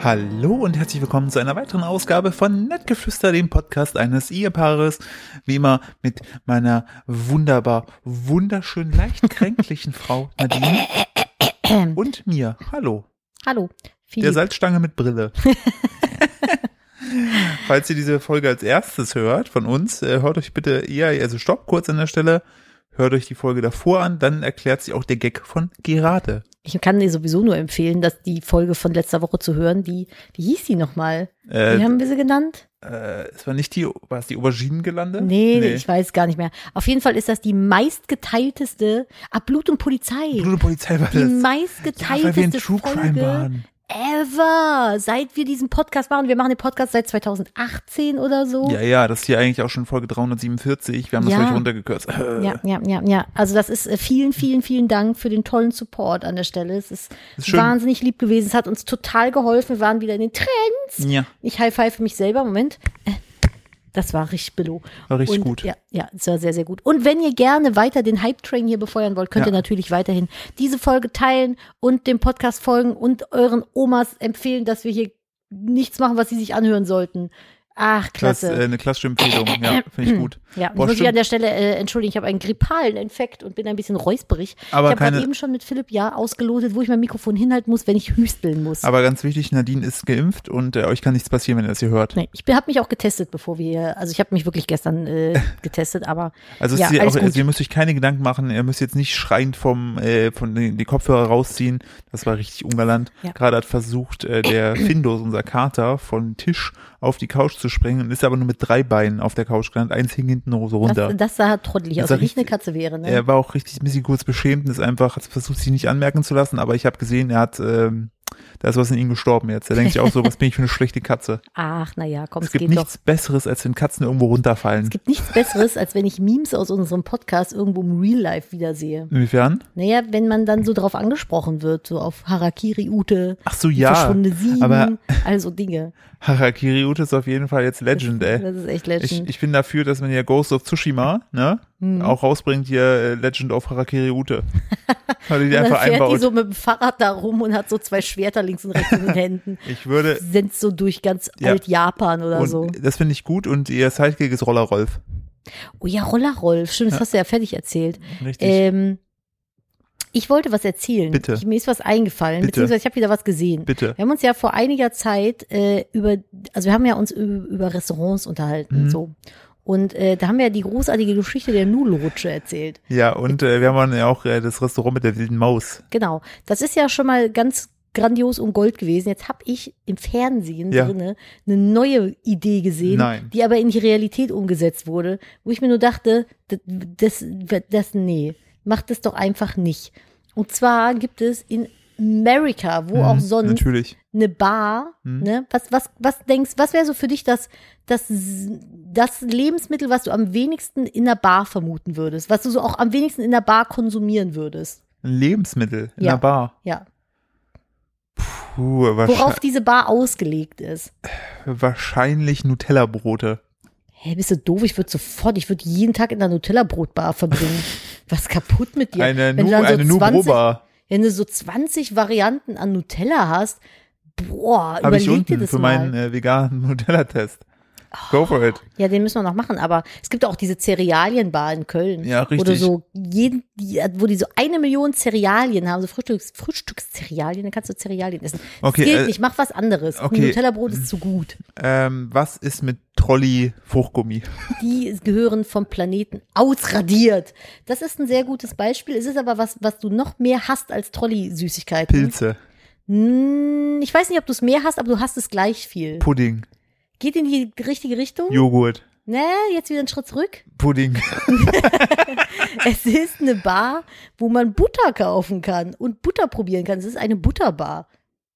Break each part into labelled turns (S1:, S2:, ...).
S1: Hallo und herzlich willkommen zu einer weiteren Ausgabe von Nettgeflüster, dem Podcast eines Ehepaares. Wie immer mit meiner wunderbar, wunderschön, leicht kränklichen Frau Nadine und mir. Hallo.
S2: Ähm, Hallo. Philipp.
S1: Der Salzstange mit Brille. Falls ihr diese Folge als erstes hört von uns, äh, hört euch bitte eher, also stopp kurz an der Stelle, hört euch die Folge davor an, dann erklärt sich auch der Gag von Gerate.
S2: ich kann dir sowieso nur empfehlen, dass die Folge von letzter Woche zu hören, die, wie hieß die nochmal?
S1: Äh,
S2: Wie haben wir sie genannt?
S1: äh, es war nicht die, war es die Auberginen gelandet?
S2: Nee, ich weiß gar nicht mehr. Auf jeden Fall ist das die meistgeteilteste, ah, Blut und Polizei.
S1: Blut und Polizei war
S2: die
S1: das. ja, weil wir ein
S2: meistgeteilteste
S1: True Crime
S2: Folge
S1: waren.
S2: ever, seit wir diesen Podcast machen. Wir machen den Podcast seit 2018 oder so.
S1: Ja, ja, das ist hier eigentlich auch schon Folge 347. Wir haben das
S2: Ja.
S1: völlig runtergekürzt. Äh,
S2: Ja, ja, ja, ja. Also das ist äh, vielen, vielen, vielen Dank für den tollen Support an der Stelle. Es ist,
S1: Ist schön.
S2: wahnsinnig lieb gewesen. Es hat uns total geholfen. Wir waren wieder in den Trends.
S1: Ja.
S2: Ich high-five mich selber. Moment. Äh, Das war richtig billo.
S1: War richtig
S2: und,
S1: gut.
S2: Ja, ja, es war sehr, sehr gut. Und wenn ihr gerne weiter den Hype-Train hier befeuern wollt, könnt
S1: Ja.
S2: ihr natürlich weiterhin diese Folge teilen und dem Podcast folgen und euren Omas empfehlen, dass wir hier nichts machen, was sie sich anhören sollten. Ach,
S1: Das ist
S2: klasse.
S1: äh, eine klassische Empfehlung. Ja, finde ich gut.
S2: Ja,
S1: Boah,
S2: muss ich an
S1: stimmt.
S2: der Stelle äh, entschuldigen, ich habe einen grippalen Infekt und bin ein bisschen räusperig.
S1: Aber
S2: ich habe
S1: keine-
S2: gerade eben schon mit Philipp ja ausgelotet, wo ich mein Mikrofon hinhalten muss, wenn ich hüsteln muss.
S1: Aber ganz wichtig, Nadine ist geimpft und äh, euch kann nichts passieren, wenn ihr das hier hört.
S2: nee, ich habe mich auch getestet, bevor wir, also ich habe mich wirklich gestern äh, getestet, aber
S1: Also,
S2: ja,
S1: es ist ja auch,
S2: alles gut.
S1: also ihr müsst euch keine Gedanken machen, ihr müsst jetzt nicht schreiend vom äh, von den, die Kopfhörer rausziehen. Das war richtig ungalant.
S2: Ja.
S1: Gerade hat versucht, äh, der Findus, unser Kater, vom Tisch auf die Couch zu springen und ist aber nur mit drei Beinen auf der Couch gelandet. Eins hing hinten so runter.
S2: das, das sah trottelig
S1: Das
S2: aus,
S1: sah
S2: wenn ich eine
S1: richtig-
S2: Katze wäre. Ne?
S1: Er war auch richtig ein bisschen kurz beschämt und ist einfach, hat versucht, sich nicht anmerken zu lassen, aber ich habe gesehen, er hat, ähm, da ist was in ihm gestorben jetzt. Er denkt sich auch so, was bin ich für eine schlechte Katze.
S2: Ach, naja, komm,
S1: Es
S2: es,
S1: gibt
S2: geht doch.
S1: nichts Besseres, als wenn Katzen irgendwo runterfallen.
S2: Es gibt nichts Besseres, als wenn ich Memes aus unserem Podcast irgendwo im Real Life wiedersehe.
S1: Inwiefern?
S2: Naja, wenn man dann so drauf angesprochen wird, so auf Harakiri Ute,
S1: Ach so,
S2: die
S1: ja.
S2: verschwundene Sieben,
S1: aber-
S2: also Dinge.
S1: Harakiri Ute ist auf jeden Fall jetzt Legend, ey.
S2: Das ist echt legend. Hm.
S1: Ich, ich bin dafür, dass man hier Ghost of Tsushima, ne, auch rausbringt hier äh, Legend of Harakiri Ute. Weil die die
S2: Und
S1: einfach
S2: dann fährt die
S1: einbaut.
S2: so mit dem Fahrrad da rum und hat so zwei Schwerter links und rechts in den Händen.
S1: ich würde,
S2: Senzt so durch ganz
S1: Ja.
S2: Alt-Japan oder
S1: und
S2: so.
S1: das finde ich gut und ihr Sidekick ist Roller Rolf.
S2: Oh ja, Roller Rolf, stimmt, das hast du ja fertig erzählt.
S1: Richtig.
S2: Ähm, ich wollte was erzählen.
S1: Bitte.
S2: Ich, mir ist was eingefallen,
S1: Bitte.
S2: beziehungsweise ich habe wieder was gesehen.
S1: Bitte.
S2: Wir haben uns ja vor einiger Zeit äh, über, also wir haben ja uns über, über Restaurants unterhalten,
S1: Mhm.
S2: so. Und äh, da haben wir ja die großartige Geschichte der Nudelrutsche erzählt.
S1: Ja, und äh, wir haben ja auch äh, das Restaurant mit der wilden Maus.
S2: Genau. Das ist ja schon mal ganz grandios und Gold gewesen. Jetzt habe ich im Fernsehen
S1: Ja.
S2: drinne eine neue Idee gesehen,
S1: Nein.
S2: die aber in die Realität umgesetzt wurde, wo ich mir nur dachte, das, das, das nee, macht das doch einfach nicht. Und zwar gibt es in Amerika, wo auch
S1: Mhm,
S2: sonst,
S1: Natürlich. Mhm.
S2: eine Bar, ne? Was, was, was denkst, was wäre so für dich das, das, das Lebensmittel, was du am wenigsten in der Bar vermuten würdest, was du so auch am wenigsten in der Bar konsumieren würdest?
S1: Ein Lebensmittel in
S2: Ja.
S1: einer Bar.
S2: Ja.
S1: Puh,
S2: Worauf
S1: wahrscheinlich,
S2: diese Bar ausgelegt ist.
S1: wahrscheinlich Nutella-Brote.
S2: Hä, bist du doof? Ich würde sofort, ich würde jeden Tag in der Nutella-Brotbar verbringen. Was kaputt mit dir?
S1: Eine
S2: wenn,
S1: nu
S2: du dann
S1: eine
S2: so 20,
S1: Nubroba
S2: wenn du so 20 Varianten an Nutella hast, boah,
S1: habe ich
S2: überleg dir
S1: unten
S2: das
S1: für
S2: mal.
S1: meinen äh, veganen Nutella-Test. Go for it.
S2: Ja, den müssen wir noch machen, aber es gibt auch diese Cerealienbar in Köln.
S1: Ja, richtig.
S2: Oder so jeden, die, wo die so eine Million Cerealien haben, so Frühstücks, Frühstückscerealien, dann kannst du Cerealien essen. Das
S1: Okay,
S2: gilt
S1: äh,
S2: nicht, mach was anderes.
S1: okay.
S2: Nutella-Brot ist zu gut.
S1: Ähm, was ist mit Trolli-Fruchtgummi?
S2: Die gehören vom Planeten ausradiert. Das ist ein sehr gutes Beispiel. Es ist aber was, was du noch mehr hast als Trolli-Süßigkeiten.
S1: Pilze,
S2: Hm, Ich weiß nicht, ob du es mehr hast, aber du hast es gleich viel.
S1: Pudding,
S2: Geht in die richtige Richtung?
S1: Joghurt,
S2: Ne, jetzt wieder einen Schritt zurück.
S1: Pudding.
S2: Es ist eine Bar, wo man Butter kaufen kann und Butter probieren kann. Es ist eine Butterbar.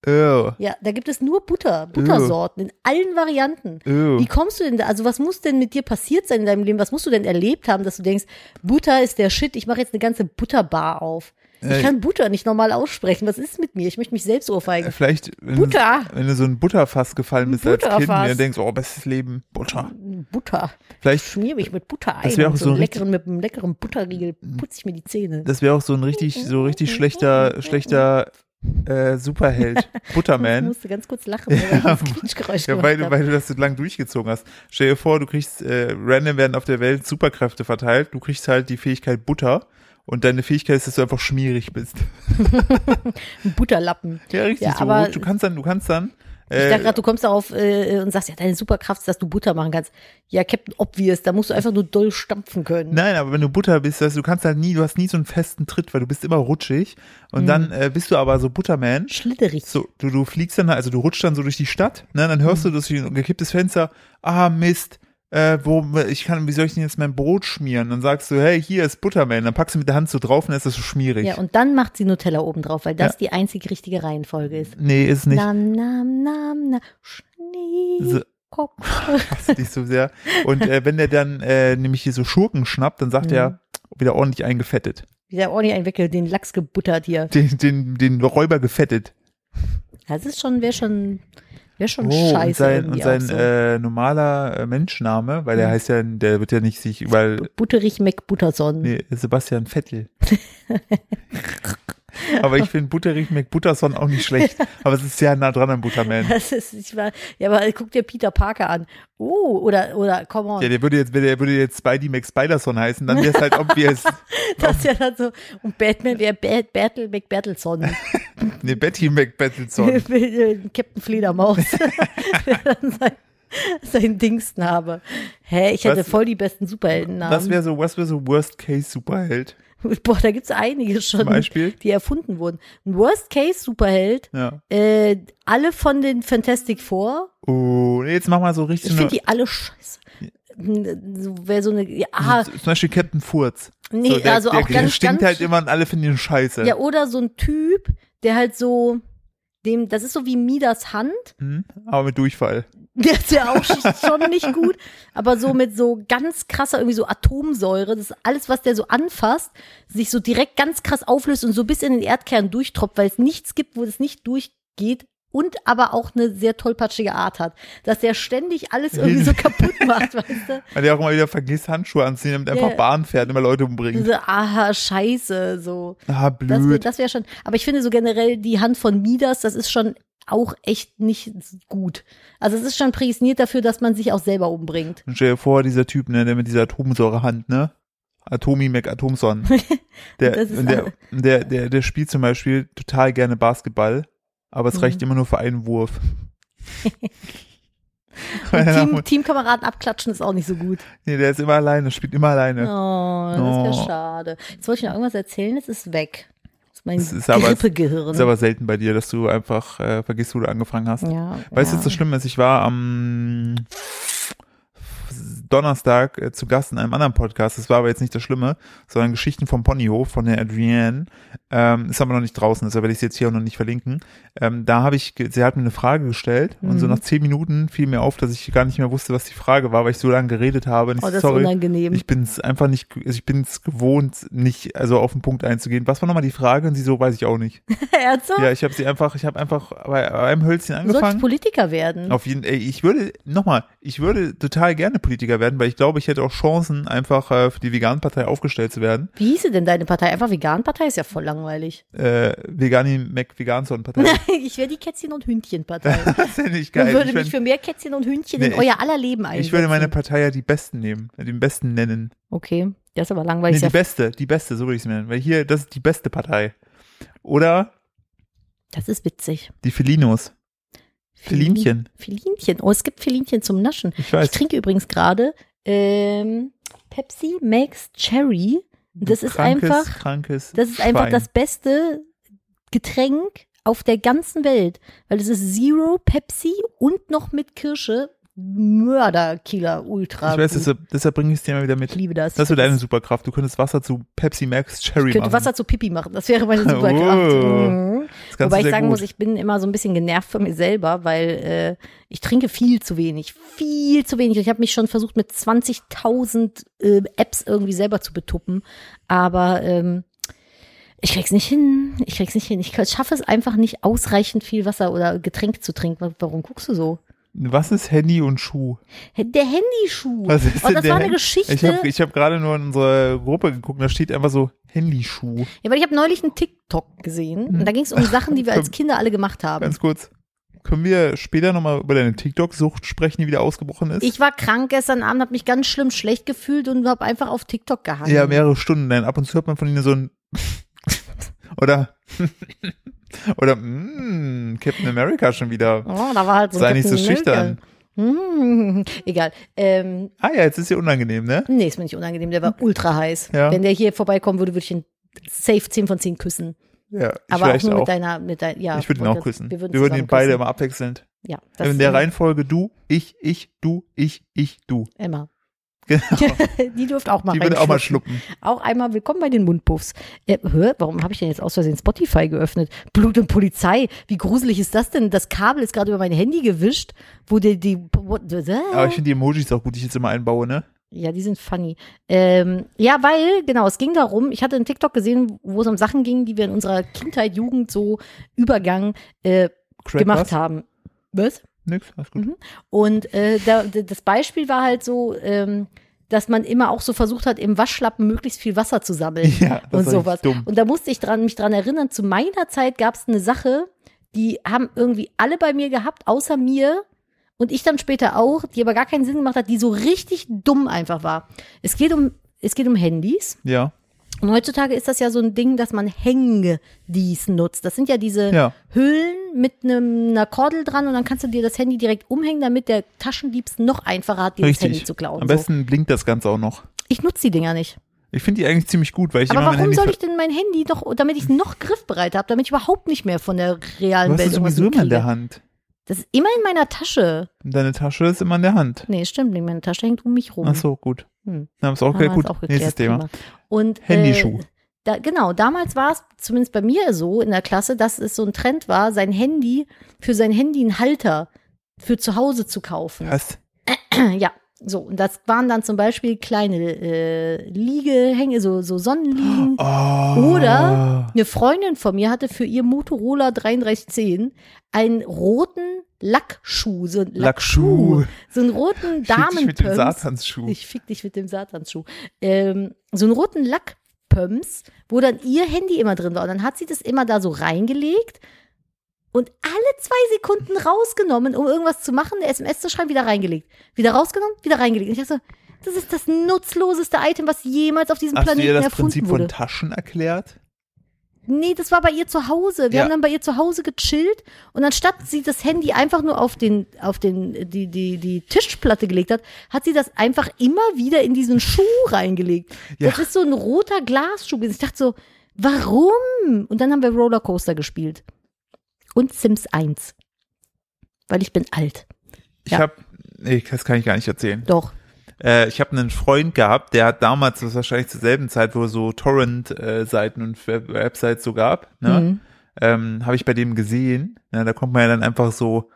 S1: Ew.
S2: Ja, da gibt es nur Butter, Buttersorten in allen Varianten.
S1: Ew.
S2: Wie kommst du denn da? Also, was muss denn mit dir passiert sein in deinem Leben? Was musst du denn erlebt haben, dass du denkst, Butter ist der Shit, ich mache jetzt eine ganze Butterbar auf.
S1: Äh,
S2: Ich kann Butter nicht normal aussprechen. Was ist mit mir? Ich möchte mich selbst ohrfeigen.
S1: Vielleicht, wenn,
S2: Butter.
S1: Du, wenn du so ein Butterfass gefallen bist als Kind und
S2: Butterfass.
S1: dir denkst, oh, bestes Leben, Butter.
S2: Butter.
S1: Vielleicht
S2: Schmier mich mit Butter ein.
S1: Das wäre auch
S2: und
S1: so
S2: einem
S1: richtig-
S2: leckeren, mit einem leckeren Butterriegel putze ich mir die Zähne.
S1: Das wäre auch so ein richtig, so richtig schlechter, schlechter äh, Superheld,
S2: Ich
S1: Butterman.
S2: musste ganz kurz lachen, weil ich das Quietschgeräusch
S1: Ja,
S2: gemacht
S1: weil, du-
S2: habe.
S1: weil du das so lang durchgezogen hast. Stell dir vor, du kriegst, äh, random werden auf der Welt Superkräfte verteilt, du kriegst halt die Fähigkeit Butter und deine Fähigkeit ist, dass du einfach schmierig bist.
S2: Ein Butterlappen.
S1: Ja, richtig.
S2: Ja,
S1: so.
S2: aber-
S1: du kannst dann, du kannst dann.
S2: Ich
S1: Äh,
S2: dachte gerade, du kommst darauf äh, und sagst, ja, deine Superkraft ist, dass du Butter machen kannst. Ja, Captain Obvious, da musst du einfach nur doll stampfen können.
S1: nein, aber wenn du Butter bist, weißt, du du kannst halt nie, du hast nie so einen festen Tritt, weil du bist immer rutschig und
S2: Mhm.
S1: dann äh, bist du aber so Butterman.
S2: Schlitterig.
S1: So, du, du fliegst dann, also du rutschst dann so durch die Stadt, ne, dann
S2: Mhm.
S1: hörst du durch ein gekipptes Fenster, ah Mist, äh, wo, ich kann, wie soll ich denn jetzt mein Brot schmieren? Dann sagst du, hey, hier ist Butterman, dann packst du mit der Hand so drauf und dann ist das so schmierig.
S2: Ja, und dann macht sie Nutella oben drauf, weil das
S1: Ja.
S2: die einzig richtige Reihenfolge ist.
S1: nee, ist nicht.
S2: Nam, nam, nam, nam, Schnee.
S1: So,
S2: Kopf.
S1: passt nicht so sehr. Und äh, wenn der dann äh, nämlich hier so Schurken schnappt, dann sagt
S2: Mhm.
S1: er, wieder ordentlich eingefettet.
S2: Wieder ordentlich einen Weckel, den Lachs gebuttert hier.
S1: Den, den, den Räuber gefettet.
S2: Das ist schon, wäre schon, wäre schon scheiße.
S1: Oh, und sein,
S2: irgendwie
S1: und sein
S2: auch so.
S1: äh, normaler äh, Menschname, weil der
S2: Mhm.
S1: heißt ja, der wird ja nicht sich, weil
S2: Butterich McButterson.
S1: Nee, Sebastian Vettel. aber ich finde Butterich McButterson auch nicht schlecht. Aber es ist sehr nah dran an Butterman.
S2: Das ist, ich war, ja, aber guck dir Peter Parker an. Oh, oder, oder, come on.
S1: Ja, der würde jetzt, wenn der würde jetzt Spidey McSpiderson heißen, dann wäre es halt obvious.
S2: das ist ja dann so. Und Batman wäre Bat Battle McBattleson.
S1: Nee, Betty
S2: Genau.
S1: McBattleson.
S2: äh, Captain Fledermaus. Wäre dann sein, sein Dingsname. Hä, ich hätte
S1: Was-
S2: voll die besten Superheldennamen.
S1: Was wäre so, was wäre so Worst Case Superheld?
S2: Boah, da gibt's einige schon,
S1: Beispiel?
S2: die erfunden wurden. Ein Worst-Case-Superheld,
S1: Ja.
S2: äh, alle von den Fantastic Four.
S1: Oh, nee, jetzt mach mal so
S2: Ich
S1: richtig.
S2: finde
S1: nur-
S2: die alle scheiße. So, Wäre so eine, ja, ah,
S1: z- zum Beispiel Captain Furz.
S2: Nee,
S1: so, der,
S2: also
S1: der,
S2: auch
S1: der
S2: ganz,
S1: stinkt
S2: ganz-
S1: halt immer und alle finden ihn scheiße.
S2: ja, oder so ein Typ, der halt so, dem, das ist so wie Midas Hand,
S1: Hm? Aber mit Durchfall.
S2: der ist ja auch schon nicht gut, aber so mit so ganz krasser, irgendwie so Atomsäure, das ist alles, was der so anfasst, sich so direkt ganz krass auflöst und so bis in den Erdkern durchtropft, weil es nichts gibt, wo das nicht durchgeht und aber auch eine sehr tollpatschige Art hat, dass der ständig alles irgendwie so kaputt macht, weißt du?
S1: Weil der auch immer wieder vergisst, Handschuhe anziehen, damit einfach
S2: Ja.
S1: Bahn fährt und immer Leute umbringt.
S2: Diese, aha, scheiße, so.
S1: Ah,
S2: Also Das wäre
S1: blöd.
S2: das wär schon, aber ich finde so generell die Hand von Midas, das ist schon auch echt nicht gut. Also es ist schon prädestiniert dafür, dass man sich auch selber umbringt.
S1: Und stell dir vor, dieser Typ, ne, der mit dieser Atomsäurehand, ne? Atomi Mac Atomson. Der,
S2: Das ist
S1: und der, und der, der, der spielt zum Beispiel total gerne Basketball, aber
S2: Mhm.
S1: es reicht immer nur für einen Wurf. Weil er
S2: Team,
S1: nach-
S2: Teamkameraden abklatschen ist auch nicht so gut.
S1: nee, der ist immer alleine, spielt immer
S2: Oh,
S1: alleine.
S2: das wäre
S1: Oh.
S2: schade. Jetzt wollte ich noch irgendwas erzählen, es ist weg. Das ist mein
S1: Es ist aber-
S2: Grippegehirn.
S1: Ist aber selten bei dir, dass du einfach äh, vergisst, wo du angefangen hast.
S2: ja,
S1: Weißt du,
S2: ja.
S1: was das Schlimme ist? Ich war am Donnerstag äh, zu Gast in einem anderen Podcast. Das war aber jetzt nicht das Schlimme, sondern Geschichten vom Ponyhof von der Adrienne. Ähm, ist aber noch nicht draußen, deshalb werde ich es jetzt hier auch noch nicht verlinken. Ähm, da habe ich, ge- sie hat mir eine Frage gestellt und
S2: Mhm.
S1: so nach zehn Minuten fiel mir auf, dass ich gar nicht mehr wusste, was die Frage war, weil ich so lange geredet habe. Und ich,
S2: Oh,
S1: so,
S2: das ist
S1: sorry,
S2: unangenehm.
S1: ich bin es einfach nicht, ge- also ich bin es gewohnt, nicht also auf den Punkt einzugehen. Was war nochmal die Frage? Und sie so, weiß ich auch nicht.
S2: Ernsthaft?
S1: Ja, ich habe sie einfach, ich habe einfach bei einem Hölzchen
S2: du solltest
S1: angefangen.
S2: Politiker werden.
S1: Auf jeden ey, ich würde, nochmal, ich würde total gerne Politiker werden, weil ich glaube, ich hätte auch Chancen, einfach äh, für die Vegan-Partei aufgestellt zu werden.
S2: Wie hieße denn deine Partei? Einfach Vegan-Partei ist ja voll langweilig.
S1: Äh, Vegani McVeganson-Partei.
S2: Nein, ich wäre die Kätzchen- und Hündchen-Partei.
S1: Das wäre nicht
S2: Ich
S1: geil.
S2: würde
S1: ich,
S2: mich
S1: wär,
S2: für mehr Kätzchen und Hündchen
S1: Nee,
S2: in
S1: ich-
S2: euer aller Leben einsetzen.
S1: ich würde meine Partei ja die Besten nehmen, äh, den Besten nennen.
S2: Okay, das ist aber
S1: Nee,
S2: langweilig.
S1: die
S2: Ja,
S1: Beste, die Beste, so würde ich es nennen. Weil hier, das ist die beste Partei. Oder
S2: das ist witzig.
S1: die Felinos. Felinchen.
S2: Felinchen. Oh, es gibt Felinchen zum Naschen.
S1: Ich
S2: Ich
S1: weiß.
S2: trinke übrigens gerade ähm, Pepsi Max Cherry. Das
S1: Du
S2: ist
S1: krankes,
S2: einfach,
S1: krankes
S2: das ist
S1: Schwein.
S2: einfach das beste Getränk auf der ganzen Welt, weil es ist Zero Pepsi und noch mit Kirsche. Mörderkiller Ultra.
S1: Ich weiß,
S2: gut.
S1: deshalb, deshalb bringe ich es dir mal wieder
S2: ich
S1: mit.
S2: liebe das.
S1: Das wäre deine Superkraft. Du könntest Wasser zu Pepsi Max Cherry
S2: ich könnte
S1: machen.
S2: Wasser zu Pipi machen. Das wäre meine Superkraft.
S1: Oh.
S2: Mhm.
S1: Das kannst
S2: Wobei
S1: du
S2: ich
S1: sehr
S2: sagen
S1: gut.
S2: muss, ich bin immer so ein bisschen genervt von mir selber, weil äh, ich trinke viel zu wenig, viel zu wenig. Und Ich habe mich schon versucht, mit 20.000 äh, Apps irgendwie selber zu betuppen, aber ähm, ich krieg's nicht hin, ich krieg's nicht hin. Ich schaffe es einfach nicht, ausreichend viel Wasser oder Getränk zu trinken. Warum guckst du so?
S1: Was ist Handy und Schuh?
S2: Der Handyschuh.
S1: Was ist
S2: oh, das
S1: der
S2: war eine
S1: Hand-
S2: Geschichte.
S1: Ich habe ich hab gerade nur in unsere Gruppe geguckt, da steht einfach so Handyschuh.
S2: ja, weil ich habe neulich einen TikTok gesehen und da ging es um Sachen, die wir als Kinder alle gemacht haben.
S1: Ganz kurz. Können wir später nochmal über deine TikTok-Sucht sprechen, die wieder ausgebrochen ist?
S2: Ich war krank gestern Abend, habe mich ganz schlimm schlecht gefühlt und habe einfach auf TikTok gehangen.
S1: ja, mehrere Stunden. Denn ab und zu hört man von ihnen so ein oder oder mm, Captain America schon wieder.
S2: Oh, da war halt so ein
S1: Sei nicht so
S2: Captain
S1: schüchtern.
S2: America. Hm, egal. Ähm,
S1: Ah ja, jetzt ist ja unangenehm, ne?
S2: nee, ist mir nicht unangenehm, der war ultra heiß.
S1: Ja.
S2: Wenn der hier vorbeikommen würde, würde ich ihn safe 10 von 10 küssen.
S1: Ja, ich
S2: Aber auch
S1: vielleicht
S2: nur
S1: auch.
S2: mit deiner, mit deiner, ja.
S1: ich würde ihn
S2: wollte-
S1: auch küssen.
S2: Wir würden,
S1: ihn
S2: zusammen
S1: beide
S2: küssen.
S1: immer abwechselnd.
S2: Ja, das
S1: In der Reihenfolge du, ich, ich, du, ich, ich, du.
S2: Emma.
S1: Genau.
S2: Die dürft auch mal
S1: Die würde auch mal
S2: reinschlüpfen.
S1: schlucken.
S2: Auch einmal willkommen bei den Mundpuffs. Äh, hä, warum habe ich denn jetzt aus Versehen Spotify geöffnet? Blut und Polizei. Wie gruselig ist das denn? Das Kabel ist gerade über mein Handy gewischt, wo die, die what, Oh.
S1: Aber ich finde die Emojis auch gut, die ich jetzt immer einbaue, ne?
S2: ja, die sind funny. Ähm, ja, weil, genau, es ging darum, ich hatte einen TikTok gesehen, wo es um Sachen ging, die wir in unserer Kindheit, Jugend so Übergang äh,
S1: Crack
S2: gemacht
S1: was?
S2: haben. Mhm. Was?
S1: Nix, alles gut.
S2: Und äh, da, d- das Beispiel war halt so, ähm, dass man immer auch so versucht hat, im Waschlappen möglichst viel Wasser zu sammeln
S1: Ja, das
S2: und
S1: war
S2: sowas.
S1: echt dumm.
S2: Und da musste ich dran, mich dran erinnern, zu meiner Zeit gab es eine Sache, die haben irgendwie alle bei mir gehabt, außer mir und ich dann später auch, die aber gar keinen Sinn gemacht hat, die so richtig dumm einfach war. Es geht um, es geht um Handys.
S1: Ja,
S2: Und heutzutage ist das ja so ein Ding, dass man Hängedies nutzt. Das sind ja diese
S1: Ja.
S2: Hüllen mit einem, einer Kordel dran und dann kannst du dir das Handy direkt umhängen, damit der Taschendiebst noch einfacher hat, dir das Handy
S1: richtig.
S2: zu klauen.
S1: Am besten blinkt das Ganze auch noch.
S2: so. Ich nutze die Dinger nicht.
S1: Ich finde die eigentlich ziemlich gut, weil ich
S2: Aber
S1: immer mein
S2: warum
S1: Handy
S2: soll
S1: ver-
S2: ich denn mein Handy noch, damit ich es noch griffbereit habe, damit ich überhaupt nicht mehr von der realen
S1: Du hast
S2: Welt
S1: es
S2: irgendwas
S1: sowieso immer in der
S2: mitkriege?
S1: Hand.
S2: Das ist immer in meiner Tasche.
S1: Und deine Tasche ist immer in der Hand.
S2: Nee, stimmt nicht. Meine Tasche hängt um mich rum.
S1: Ach so, gut.
S2: Hm.
S1: Dann ist auch
S2: Haben wir
S1: okay, gut.
S2: uns auch geklärt,
S1: Nächstes Thema.
S2: prima. Und,
S1: Handyschuh.
S2: Äh, da, genau, damals war es zumindest bei mir so in der Klasse, dass es so ein Trend war, sein Handy, für sein Handy einen Halter für zu Hause zu kaufen.
S1: Was?
S2: Ja, so. Und das waren dann zum Beispiel kleine äh, Liegehänge, so, so Sonnenliegen.
S1: Oh.
S2: Oder- Eine Freundin von mir hatte für ihr Motorola 3310 einen roten Lackschuh, so ein
S1: Lackschuh.
S2: Lackschuh, so einen roten
S1: Fick dich mit dem
S2: Damenpumps.
S1: Satansschuh.
S2: Ich fick dich mit dem Satansschuh. Ähm, so einen roten Lackpumps, wo dann ihr Handy immer drin war. Und dann hat sie das immer da so reingelegt und alle zwei Sekunden rausgenommen, um irgendwas zu machen, eine SMS zu schreiben, wieder reingelegt. Wieder rausgenommen, wieder reingelegt. Und ich dachte so, das ist das nutzloseste Item, was jemals auf diesem
S1: Hast du
S2: Planeten
S1: ihr das
S2: erfunden
S1: Prinzip
S2: wurde.
S1: von Taschen erklärt?
S2: Nee, das war bei ihr zu Hause. Wir
S1: Ja.
S2: haben dann bei ihr zu Hause gechillt und anstatt sie das Handy einfach nur auf den, auf den, die, die, die Tischplatte gelegt hat, hat sie das einfach immer wieder in diesen Schuh reingelegt.
S1: Ja.
S2: Das ist so ein roter Glasschuh. Ich dachte so, warum? Und dann haben wir Rollercoaster gespielt. Und Sims 1. Weil ich bin alt.
S1: Ich
S2: Ja.
S1: habe, nee, das kann ich gar nicht erzählen.
S2: Doch.
S1: Äh, ich habe einen Freund gehabt, der hat damals, das ist wahrscheinlich zur selben Zeit, wo es so Torrent-Seiten und Web- Websites so gab, ne?
S2: Mhm.
S1: ähm, habe ich bei dem gesehen. Ne, da kommt man ja dann einfach so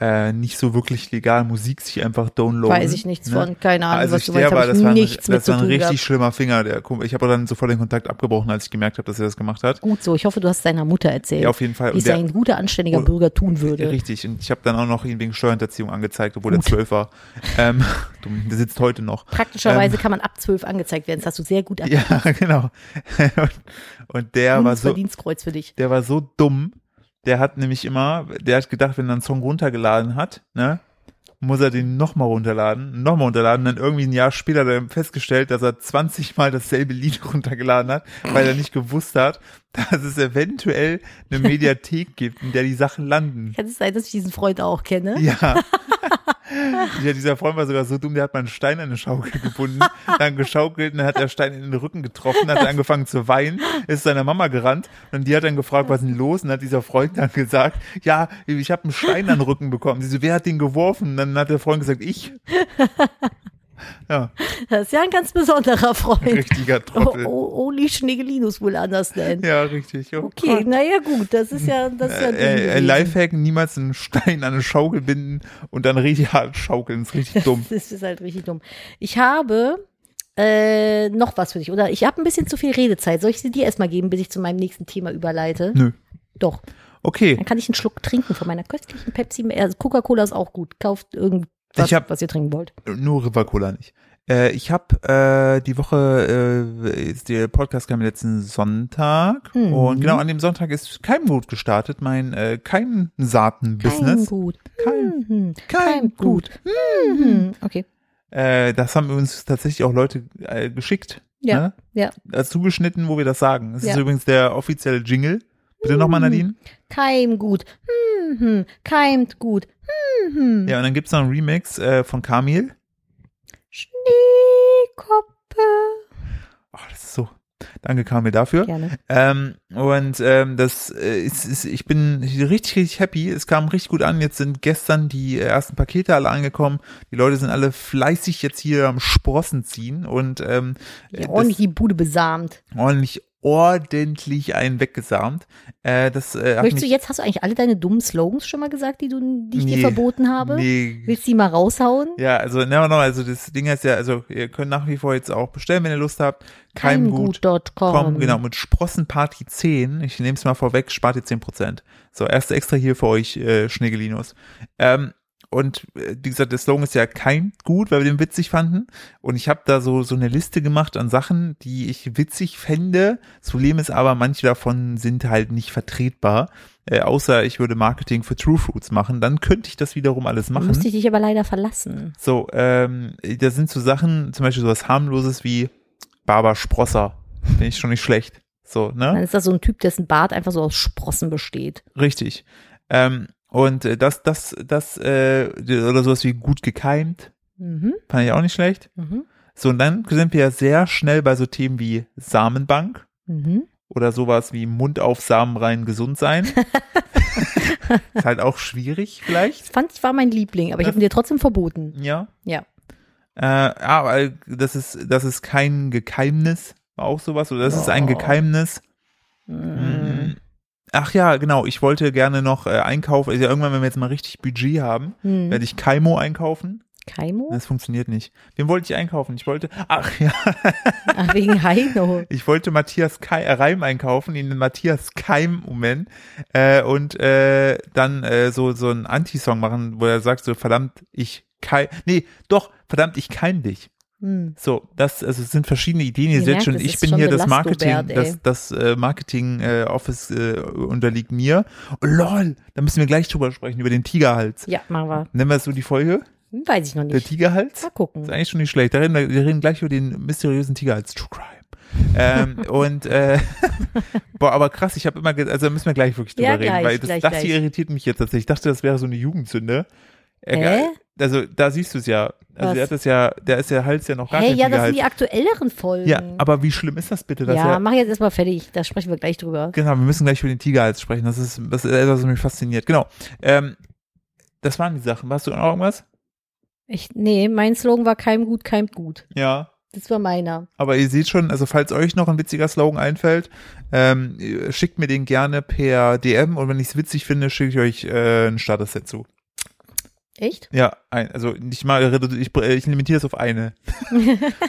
S1: äh, nicht so wirklich legal Musik sich einfach downloaden.
S2: Weiß ich nichts
S1: ne?
S2: von. Keine Ahnung,
S1: also
S2: was
S1: ich
S2: du meinst.
S1: der war,
S2: Habe ich
S1: das war ein,
S2: nichts mit
S1: das
S2: zu
S1: war ein
S2: tun
S1: richtig
S2: gehabt.
S1: schlimmer Finger. Der, Kumpel- ich habe dann sofort den Kontakt abgebrochen, als ich gemerkt habe, dass er das gemacht hat.
S2: Gut so. Ich hoffe, du hast deiner Mutter erzählt.
S1: Ja, auf jeden Fall.
S2: Wie es
S1: der,
S2: ein guter, anständiger
S1: Und-
S2: Bürger tun würde.
S1: Richtig, und ich habe dann auch noch ihn wegen Steuerhinterziehung angezeigt, obwohl er zwölf war. Ähm, du, der sitzt heute noch.
S2: Praktischerweise kann man ab 12 angezeigt werden. Das hast du sehr gut erkannt.
S1: Ähm, Ja, genau. Und, und der war so,
S2: Bundesverdienstkreuz für dich.
S1: der war so dumm, der hat nämlich immer, der hat gedacht, wenn er einen Song runtergeladen hat, ne, muss er den nochmal runterladen, nochmal runterladen, dann irgendwie ein Jahr später hat er festgestellt, dass er 20 Mal dasselbe Lied runtergeladen hat, weil er nicht gewusst hat, dass es eventuell eine Mediathek gibt, in der die Sachen landen.
S2: Kann es sein, dass ich diesen Freund auch kenne?
S1: Ja. ja. Dieser Freund war sogar so dumm, der hat mal einen Stein an eine Schaukel gebunden, dann geschaukelt und dann hat der Stein in den Rücken getroffen, hat angefangen zu weinen, ist zu seiner Mama gerannt und die hat dann gefragt, was ist denn los? Und hat dieser Freund dann gesagt, ja, ich habe einen Stein an den Rücken bekommen. Sie so, wer hat den geworfen? Und dann hat der Freund gesagt, ich. Ja,
S2: Das ist ja ein ganz besonderer Freund.
S1: richtiger
S2: Oh,
S1: Trottel.
S2: oh, Oli Schnegelinus wohl anders nennen.
S1: Ja, richtig. Oh
S2: Okay,
S1: Gott.
S2: naja gut, das ist ja, das ist ja dumm
S1: Äh, äh,
S2: gewesen.
S1: Lifehack, niemals einen Stein an eine Schaukel binden und dann richtig hart schaukeln. ist richtig dumm.
S2: Das ist halt richtig dumm. Ich habe äh, noch was für dich, oder? Ich habe ein bisschen zu viel Redezeit. Soll ich sie dir erstmal geben, bis ich zu meinem nächsten Thema überleite?
S1: Nö.
S2: Doch.
S1: Okay.
S2: Dann kann ich einen Schluck trinken von meiner köstlichen Pepsi. Also Coca-Cola ist auch gut. Kauft irgendwas,
S1: Ich hab-
S2: was ihr trinken wollt.
S1: Nur River Cola nicht. Äh, ich habe äh, die Woche, äh, ist der Podcast kam letzten Sonntag
S2: Mhm.
S1: und genau an dem Sonntag ist Keimgut gestartet, mein äh, Keimsaaten-Business.
S2: Keimgut.
S1: Keim-
S2: Mhm.
S1: Keimgut.
S2: Keimgut. Mhm. Okay.
S1: Äh, das haben uns tatsächlich auch Leute äh, geschickt,
S2: Ja.
S1: ne?
S2: Ja.
S1: äh, zugeschnitten, wo wir das sagen. Das ist
S2: Ja. Mhm.
S1: übrigens der offizielle Jingle. Bitte nochmal, Nadine.
S2: Keimgut. Mhm. Keimt gut. Mhm.
S1: Ja, und dann gibt's noch einen Remix äh, von Kamil.
S2: Schneekoppe.
S1: Oh, das ist so. Danke, Kamil, dafür.
S2: Gerne.
S1: Ähm, und ähm, das äh, ist, ist, ich bin richtig, richtig happy. Es kam richtig gut an. Jetzt sind gestern die äh, ersten Pakete alle angekommen. Die Leute sind alle fleißig jetzt hier am Sprossen ziehen und ähm, äh,
S2: Ja,
S1: das-
S2: ordentlich die Bude besamt.
S1: ordentlich ordentlich einen weggesamt. Äh, das äh, hat
S2: Möchtest du
S1: mich,
S2: jetzt, hast du eigentlich alle deine dummen Slogans schon mal gesagt, die, du, die ich
S1: Nee.
S2: dir verboten habe?
S1: nee,
S2: Willst du die mal raushauen?
S1: ja, also never know, also das Ding ist ja, also ihr könnt nach wie vor jetzt auch bestellen, wenn ihr Lust habt. Keimgut.
S2: Keimgut.com.
S1: Komm, genau, mit Sprossenparty 10. Ich nehme es mal vorweg, spart ihr 10%. So, erst extra hier für euch, äh, Schneegelinos. Ähm, und äh, wie gesagt, der Slogan ist ja kein gut, weil wir den witzig fanden. Und ich habe da so, so eine Liste gemacht an Sachen, die ich witzig fände. Das Problem ist aber, manche davon sind halt nicht vertretbar. Äh, außer ich würde Marketing für True Fruits machen. Dann könnte ich das wiederum alles machen.
S2: Musste ich dich aber leider verlassen.
S1: So, ähm, da sind so Sachen, zum Beispiel sowas harmloses wie Barber Sprosser. Finde ich schon nicht schlecht. So,
S2: Dann
S1: ne?
S2: ist das so ein Typ, dessen Bart einfach so aus Sprossen besteht.
S1: Richtig. Ähm, und äh, das, das, das, äh, oder sowas wie gut gekeimt,
S2: Mhm.
S1: fand ich auch nicht schlecht.
S2: Mhm.
S1: So, und dann sind wir ja sehr schnell bei so Themen wie Samenbank
S2: Mhm.
S1: oder sowas wie Mund auf Samen rein gesund sein. ist halt auch schwierig vielleicht.
S2: Das fand ich war mein Liebling, aber ich habe ihn dir trotzdem verboten.
S1: Ja.
S2: Ja.
S1: Äh, aber äh, das ist, das ist kein Gekeimnis, war auch sowas, oder das ist ein
S2: Oh.
S1: Gekeimnis. Mm.
S2: Mhm.
S1: Ach ja, genau, ich wollte gerne noch äh, einkaufen, also irgendwann, wenn wir jetzt mal richtig Budget haben,
S2: Mhm.
S1: werde ich Kaimo einkaufen.
S2: Keimo?
S1: Das funktioniert nicht. Wen wollte ich einkaufen? Ich wollte, ach ja,
S2: Ach, Ah, wegen Heino.
S1: ich wollte Matthias Kai, äh, Reim einkaufen, ihn in Matthias Keim umbenennen äh, und äh, dann äh, so, so einen Anti-Song machen, wo er sagt so, verdammt, ich keim, nee, doch, verdammt, ich keim dich.
S2: Mhm.
S1: So, das, also es sind verschiedene Ideen, ihr
S2: Ihr
S1: seht
S2: merkt,
S1: schon,
S2: es
S1: ich
S2: ist
S1: bin
S2: schon
S1: hier das
S2: belastobert,
S1: Marketing,
S2: ey.
S1: das, das äh, Marketing äh, Office äh, unterliegt mir. Oh, lol, da müssen wir gleich drüber sprechen, über den Tigerhals.
S2: Ja, machen wir.
S1: Nennen wir das so die Folge?
S2: Hm, Weiß ich noch
S1: Der
S2: nicht.
S1: Tigerhals?
S2: Mal
S1: Ist
S2: gucken.
S1: eigentlich schon nicht schlecht. Da reden wir, wir reden gleich über den mysteriösen Tigerhals. True Crime. ähm, und äh, boah, aber krass, ich habe immer, ge- also da müssen wir gleich wirklich drüber
S2: Ja,
S1: reden,
S2: gleich,
S1: weil das,
S2: gleich,
S1: das
S2: gleich.
S1: hier irritiert mich jetzt tatsächlich. Ich dachte, das wäre so eine Jugendsünde.
S2: Hä?
S1: Also da siehst du es ja. Also
S2: Was?
S1: der hat das ja, der ist der Hals ja noch gar
S2: Hey,
S1: kein
S2: ja, das
S1: Tigerhals.
S2: sind die aktuelleren Folgen.
S1: Ja, aber wie schlimm ist das bitte? Dass
S2: ja,
S1: ja,
S2: mach jetzt erstmal fertig. Da sprechen wir gleich drüber.
S1: genau, wir müssen gleich über den Tigerhals sprechen. Das ist, das ist etwas, was mich fasziniert. Genau. Ähm, das waren die Sachen. Warst du noch irgendwas?
S2: Ich, nee, mein Slogan war keim gut, keimt gut.
S1: Ja.
S2: Das war meiner.
S1: Aber ihr seht schon, also falls euch noch ein witziger Slogan einfällt, ähm, ihr schickt mir den gerne per DM und wenn ich es witzig finde, schicke ich euch äh, ein Starter-Set zu.
S2: Echt?
S1: Ja, ein, also ich mal redu- ich, äh, ich limitiere es auf eine.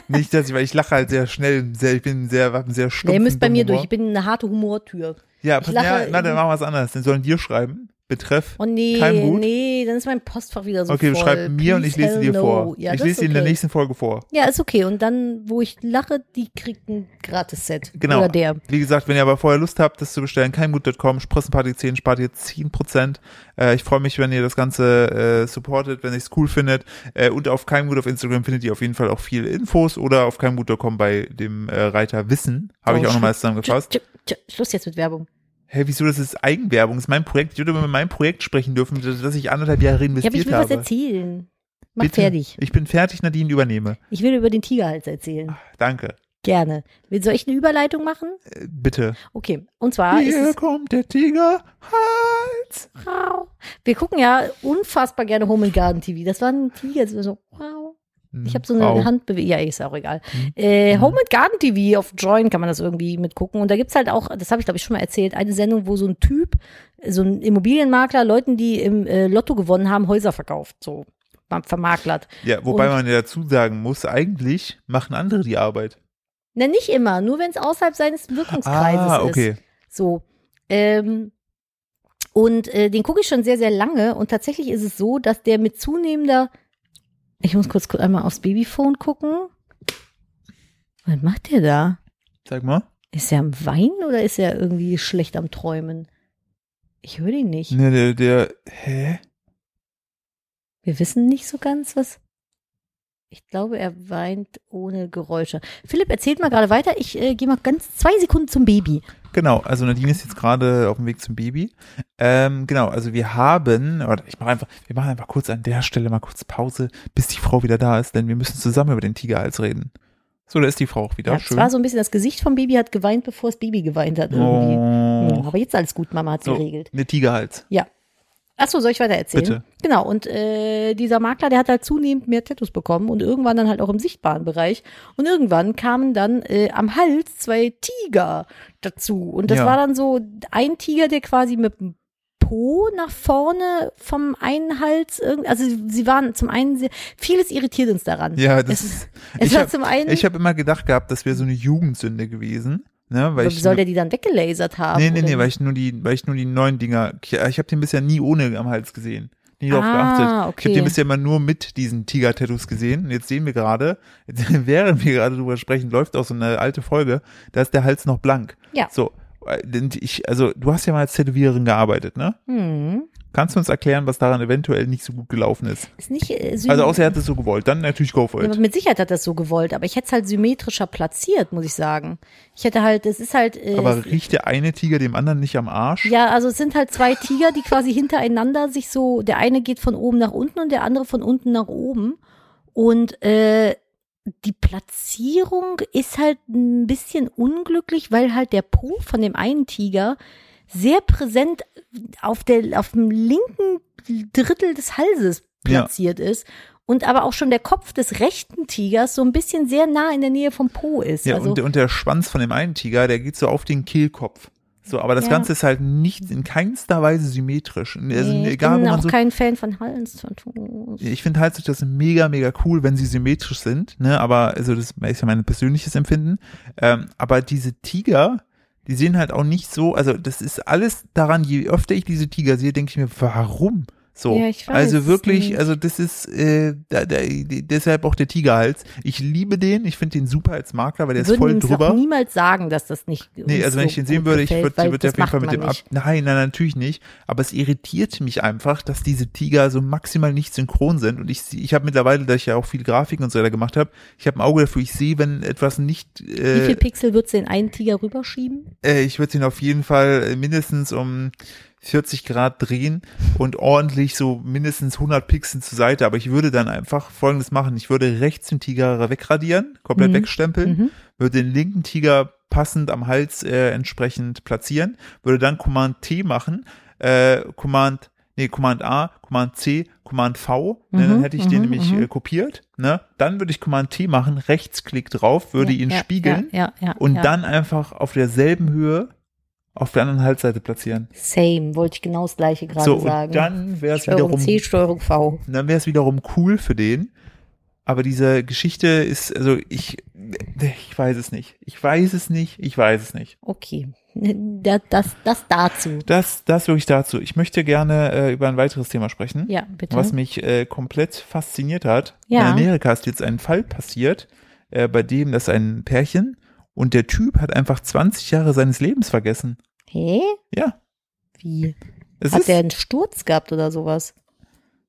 S1: Nicht, dass ich, weil ich lache halt sehr schnell, sehr, ich bin sehr, hab einen sehr stumpf.
S2: Ja, ihr müsst bei mir durch. Ich bin eine harte Humortür.
S1: Ja,
S2: ich
S1: pass,
S2: lache halt
S1: ja, na, dann
S2: in-
S1: machen wir was anderes. Dann sollen dir schreiben. Betreff.
S2: Oh nee,
S1: Kein Mut?
S2: nee, dann ist mein Postfach wieder so
S1: Okay,
S2: voll.
S1: du schreibst mir und ich lese
S2: Please,
S1: dir
S2: hell no.
S1: vor.
S2: Ja,
S1: ich
S2: das
S1: lese
S2: ist
S1: dir in der
S2: okay.
S1: nächsten Folge vor.
S2: Ja, ist okay. Und dann, wo ich lache, die kriegt ein Gratis-Set.
S1: Genau.
S2: Oder der.
S1: Wie gesagt, wenn ihr aber vorher Lust habt, das zu bestellen, keimgut.com, Sprossenparty 10, spart ihr 10%. Äh, ich freue mich, wenn ihr das Ganze äh, supportet, wenn ihr es cool findet. Äh, und auf keimgut auf Instagram findet ihr auf jeden Fall auch viel Infos oder auf keimgut.com bei dem äh, Reiter Wissen. Habe
S2: Oh,
S1: ich auch nochmal
S2: Schlu- Tsch,
S1: zusammengefasst.
S2: tsch, tsch, Schluss jetzt mit Werbung.
S1: Hä, wieso, das ist Eigenwerbung, das ist mein Projekt. Ich würde über mein Projekt sprechen dürfen, das das ich anderthalb Jahre
S2: Ja, aber ich
S1: investiert
S2: will was
S1: habe.
S2: erzählen. Mach
S1: Bitte.
S2: fertig.
S1: Ich bin fertig, Nadine, übernehme.
S2: Ich will über den Tigerhals erzählen.
S1: Danke.
S2: Gerne. Will- Soll ich eine Überleitung machen?
S1: Äh, bitte.
S2: Okay. Und zwar ist es
S1: kommt der Tiger. Hals.
S2: Wow. Wir gucken ja unfassbar gerne Home and Garden TV. Das war ein Tiger, das war so, wow. Ich habe so eine
S1: Wow.
S2: Handbewegung. Ja, ist ja auch egal.
S1: Hm.
S2: Äh, Home and Garden TV auf Join kann man das irgendwie mitgucken. Und da gibt's halt auch, das habe ich glaube ich schon mal erzählt, eine Sendung, wo so ein Typ, so ein Immobilienmakler, Leuten, die im äh, Lotto gewonnen haben, Häuser verkauft. So ver- vermaklert.
S1: Ja, wobei
S2: Und-
S1: man ja dazu sagen muss, eigentlich machen andere die Arbeit.
S2: Na, nicht immer, nur wenn es außerhalb seines Wirkungskreises
S1: ah, okay.
S2: ist. So. Ähm, Und äh, den gucke ich schon sehr, sehr lange. Und tatsächlich ist es so, dass der mit zunehmender. Ich muss kurz gu- einmal aufs Babyphone gucken. Was macht der da?
S1: Sag mal.
S2: Ist er am Weinen oder ist er irgendwie schlecht am Träumen? Ich höre ihn nicht.
S1: Ne, der, der, hä?
S2: Wir wissen nicht so ganz, was. Ich glaube, er weint ohne Geräusche. Philipp, erzählt mal gerade weiter. Ich äh, gehe mal ganz zwei Sekunden zum Baby.
S1: Genau, also Nadine ist jetzt gerade auf dem Weg zum Baby. Ähm, genau, also wir haben, oder ich mache einfach, wir machen einfach kurz an der Stelle mal kurz Pause, bis die Frau wieder da ist, denn wir müssen zusammen über den Tigerhals reden. So, da ist die Frau auch wieder.
S2: Ja, es
S1: Schön.
S2: war so ein bisschen das Gesicht vom Baby hat geweint, bevor das Baby geweint hat. Irgendwie.
S1: oh.
S2: Hm, Aber jetzt alles gut, Mama hat
S1: So,
S2: geregelt.
S1: eine Tigerhals.
S2: Achso, soll ich weiter erzählen?
S1: Bitte.
S2: Genau, und äh, dieser Makler, der hat halt zunehmend mehr Tattoos bekommen und irgendwann dann halt auch im sichtbaren Bereich. Und irgendwann kamen dann äh, am Hals zwei Tiger dazu. Und das
S1: Ja.
S2: war dann so ein Tiger, der quasi mit dem Po nach vorne vom einen Hals, irgend- also sie waren zum einen sehr, vieles irritiert uns daran.
S1: Ja, das
S2: es,
S1: ist,
S2: es
S1: ich
S2: war
S1: hab-
S2: zum einen,
S1: ich habe immer gedacht gehabt, das wäre so eine Jugendsünde gewesen, ne, weil ich,
S2: soll der die dann weggelasert haben?
S1: nee, nee,
S2: oder
S1: nee,
S2: wie?
S1: weil ich nur die, weil ich nur die neuen Dinger, ich habe den bisher nie ohne am Hals gesehen. Nie drauf
S2: Ah,
S1: geachtet. Ich
S2: okay.
S1: habe den bisher immer nur mit diesen Tiger-Tattoos gesehen. Und jetzt sehen wir gerade, während wir gerade drüber sprechen, läuft auch so eine alte Folge, da ist der Hals noch blank.
S2: Ja.
S1: So, äh, denn ich, also du hast ja mal als Tätowiererin gearbeitet, ne?
S2: Hm,
S1: Kannst du uns erklären, was daran eventuell nicht so gut gelaufen ist?
S2: ist nicht äh,
S1: Also
S2: süß.
S1: außer er hat es so gewollt, dann natürlich go for
S2: Ja,
S1: it.
S2: aber mit Sicherheit hat das so gewollt, aber ich hätte es halt symmetrischer platziert, muss ich sagen. Ich hätte halt, es ist halt. Äh,
S1: Aber
S2: es,
S1: riecht der eine Tiger dem anderen nicht am Arsch?
S2: ja, also es sind halt zwei Tiger, die quasi hintereinander sich so, der eine geht von oben nach unten und der andere von unten nach oben. Und äh, die Platzierung ist halt ein bisschen unglücklich, weil halt der Po von dem einen Tiger sehr präsent auf, der, auf dem linken Drittel des Halses
S1: Ja.
S2: platziert ist. Und aber auch schon der Kopf des rechten Tigers so ein bisschen sehr nah in der Nähe vom Po ist.
S1: Ja,
S2: also,
S1: und, und der Schwanz von dem einen Tiger, der geht so auf den Kehlkopf. So, aber das
S2: Ja.
S1: Ganze ist halt nicht in keinster Weise symmetrisch. Also,
S2: nee, ich
S1: egal, wo
S2: bin
S1: man
S2: auch
S1: so.
S2: kein Fan von Hallenstattoos.
S1: Ich finde halt das mega, mega cool, wenn sie symmetrisch sind, ne? Aber, also das ist ja mein persönliches Empfinden. Ähm, aber diese Tiger, die sehen halt auch nicht so, also das ist alles daran, je öfter ich diese Tiger sehe, denke ich mir, warum? So.
S2: Ja, ich weiß
S1: also
S2: es
S1: wirklich,
S2: nicht.
S1: also das ist äh, da, da, deshalb auch der Tigerhals. Ich liebe den, ich finde den super als Makler, weil der ist
S2: würden
S1: voll
S2: uns
S1: drüber.
S2: Auch niemals sagen, dass das nicht.
S1: Nee,
S2: uns
S1: also wenn
S2: so
S1: ich den sehen
S2: gut
S1: würde, ich
S2: gefällt,
S1: würde
S2: weil
S1: würd auf
S2: das
S1: jeden Fall mit
S2: macht
S1: dem
S2: man
S1: ab. Nein, nein, natürlich nicht. Aber es irritiert mich einfach, dass diese Tiger so maximal nicht synchron sind. Und ich, sie- ich habe mittlerweile, da ich ja auch viel Grafiken und so weiter gemacht habe, ich habe ein Auge dafür, ich sehe, wenn etwas nicht.
S2: nicht. Wie
S1: Äh,
S2: viel Pixel würdest du den einen Tiger rüberschieben?
S1: äh, ich würde ihn auf jeden Fall mindestens um 40 Grad drehen und ordentlich so mindestens 100 Pixel zur Seite. Aber ich würde dann einfach Folgendes machen. Ich würde rechts den Tiger wegradieren, komplett
S2: Mhm.
S1: wegstempeln,
S2: Mhm.
S1: würde den linken Tiger passend am Hals äh, entsprechend platzieren, würde dann Command T machen, äh, Command Nee, Command A, Command C, Command V, ne,
S2: Mhm,
S1: dann hätte ich den
S2: mhm,
S1: nämlich
S2: mhm.
S1: äh, kopiert, ne? Dann würde ich Command T machen, Rechtsklick drauf, würde
S2: ja,
S1: ihn
S2: ja,
S1: spiegeln
S2: Ja, ja, ja,
S1: und
S2: ja.
S1: dann einfach auf derselben Höhe auf der anderen Halsseite platzieren.
S2: Same, wollte ich genau das gleiche gerade
S1: So,
S2: sagen.
S1: und dann wäre es
S2: Steuerung
S1: wiederum,
S2: C, Steuerung V.
S1: dann wär's wiederum cool für den. Aber diese Geschichte ist, also ich, ich weiß es nicht. Ich weiß es nicht. Ich weiß es nicht.
S2: Okay. Das, das, das dazu.
S1: Das, das wirklich dazu. Ich möchte gerne äh, über ein weiteres Thema sprechen,
S2: Ja, bitte.
S1: was mich äh, komplett fasziniert hat.
S2: Ja.
S1: In Amerika ist jetzt ein Fall passiert, äh, bei dem das ein Pärchen und der Typ hat einfach 20 Jahre seines Lebens vergessen.
S2: Hä?
S1: Ja.
S2: Wie?
S1: Es
S2: Hat
S1: ist,
S2: der einen Sturz gehabt oder sowas?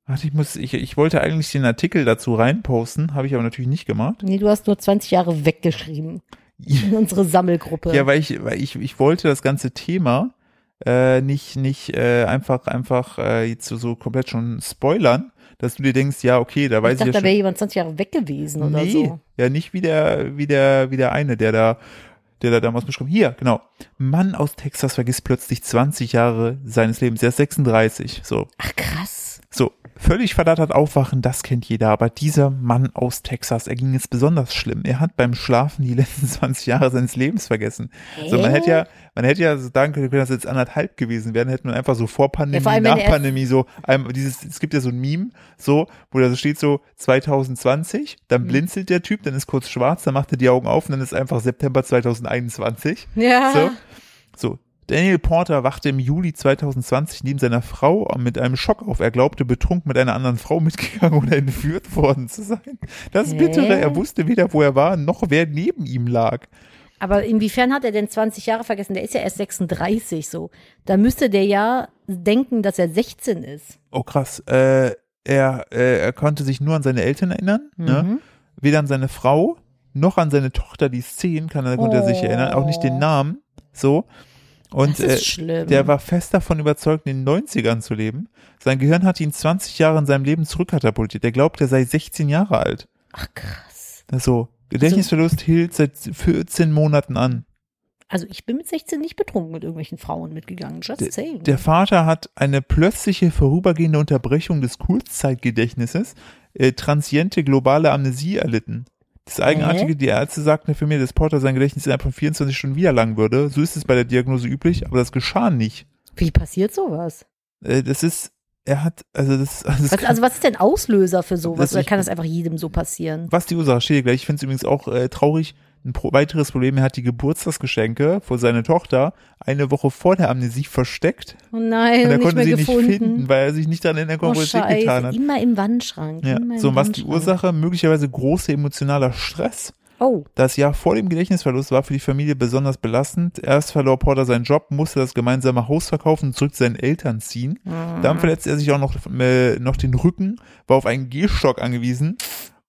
S1: Warte, ich muss, ich, ich wollte eigentlich den Artikel dazu reinposten, habe ich aber natürlich nicht gemacht.
S2: Nee, du hast nur 20 Jahre weggeschrieben in unsere Sammelgruppe.
S1: Ja, weil ich, weil ich, ich wollte das ganze Thema äh, nicht, nicht äh, einfach, einfach äh, jetzt so, so komplett schon spoilern, dass du dir denkst, ja, okay, da weiß
S2: ich
S1: ich,
S2: dachte, da
S1: ja
S2: wäre jemand 20 Jahre weg gewesen
S1: schon.
S2: oder
S1: nee,
S2: so.
S1: ja, nicht wie der, wie der, wie der eine, der da, der da damals beschrieben. Hier, genau. Mann aus Texas vergisst plötzlich 20 Jahre seines Lebens. Er ist 36. So.
S2: Ach krass.
S1: So, völlig verdattert aufwachen, das kennt jeder, aber dieser Mann aus Texas, er ging es besonders schlimm. Er hat beim Schlafen die letzten 20 Jahre seines Lebens vergessen. So, man
S2: Hä?
S1: hätte ja, man hätte ja so sagen können, dass jetzt anderthalb gewesen wären, hätte man einfach so vor Pandemie,
S2: Ja, vor allem, wenn
S1: nach
S2: er-
S1: Pandemie so, einem, dieses, es gibt ja so ein Meme, so, wo da so steht so 2020, dann
S2: Mhm.
S1: blinzelt der Typ, dann ist kurz schwarz, dann macht er die Augen auf und dann ist einfach September 2021.
S2: Ja.
S1: So. So, Daniel Porter wachte im Juli 2020 neben seiner Frau mit einem Schock auf. Er glaubte, betrunken mit einer anderen Frau mitgegangen oder entführt worden zu sein. Das
S2: Hä?
S1: Bittere, er wusste weder, wo er war, noch wer neben ihm lag.
S2: Aber inwiefern hat er denn 20 Jahre vergessen? Der ist ja erst 36 so. Da müsste der ja denken, dass er 16 ist.
S1: Oh krass, äh, er, äh, er konnte sich nur an seine Eltern erinnern,
S2: Mhm.
S1: ne? weder an seine Frau, noch an seine Tochter, die ist zehn, kann er, konnte er sich
S2: Oh.
S1: erinnern, auch nicht den Namen, so. Und
S2: Das ist
S1: äh,
S2: schlimm.
S1: Der war fest davon überzeugt, in den 90ern zu leben. Sein Gehirn hat ihn 20 Jahre in seinem Leben zurückkatapultiert. Er glaubt, er sei 16 Jahre alt.
S2: Ach krass.
S1: Das ist so. Gedächtnisverlust hielt seit 14 Monaten an.
S2: Also ich bin mit 16 nicht betrunken mit irgendwelchen Frauen mitgegangen. Just saying.
S1: Der Vater hat eine plötzliche vorübergehende Unterbrechung des Kurzzeitgedächtnisses, äh, transiente globale Amnesie erlitten. Das Eigenartige,
S2: Mhm.
S1: die Ärzte sagten für mir, dass Porter sein Gedächtnis innerhalb von 24 Stunden wieder lang würde. So ist es bei der Diagnose üblich, aber das geschah nicht.
S2: Wie passiert sowas?
S1: Äh, das ist, er hat, also das, also das
S2: Was, also was ist denn Auslöser für sowas?
S1: Das-
S2: Oder
S1: ich-
S2: kann das einfach jedem so passieren?
S1: Was die Ursache steht hier gleich. Ich finde es übrigens auch äh, traurig. Ein pro weiteres Problem, er hat die Geburtstagsgeschenke für seine Tochter eine Woche vor der Amnesie versteckt.
S2: Oh nein,
S1: Und er
S2: nicht
S1: konnte
S2: mehr
S1: sie
S2: gefunden.
S1: nicht finden, weil er sich nicht daran erinnern
S2: oh
S1: konnte, wo er es
S2: scheiße,
S1: getan hat.
S2: immer im Wandschrank.
S1: Ja.
S2: Immer im
S1: So, und was die
S2: Wandschrank.
S1: Ursache? Möglicherweise großer emotionaler Stress.
S2: Oh,
S1: Das Jahr vor dem Gedächtnisverlust war für die Familie besonders belastend. Erst verlor Porter seinen Job, musste das gemeinsame Haus verkaufen und zurück zu seinen Eltern ziehen.
S2: Mhm.
S1: Dann verletzte er sich auch noch, äh, noch den Rücken, war auf einen Gehstock angewiesen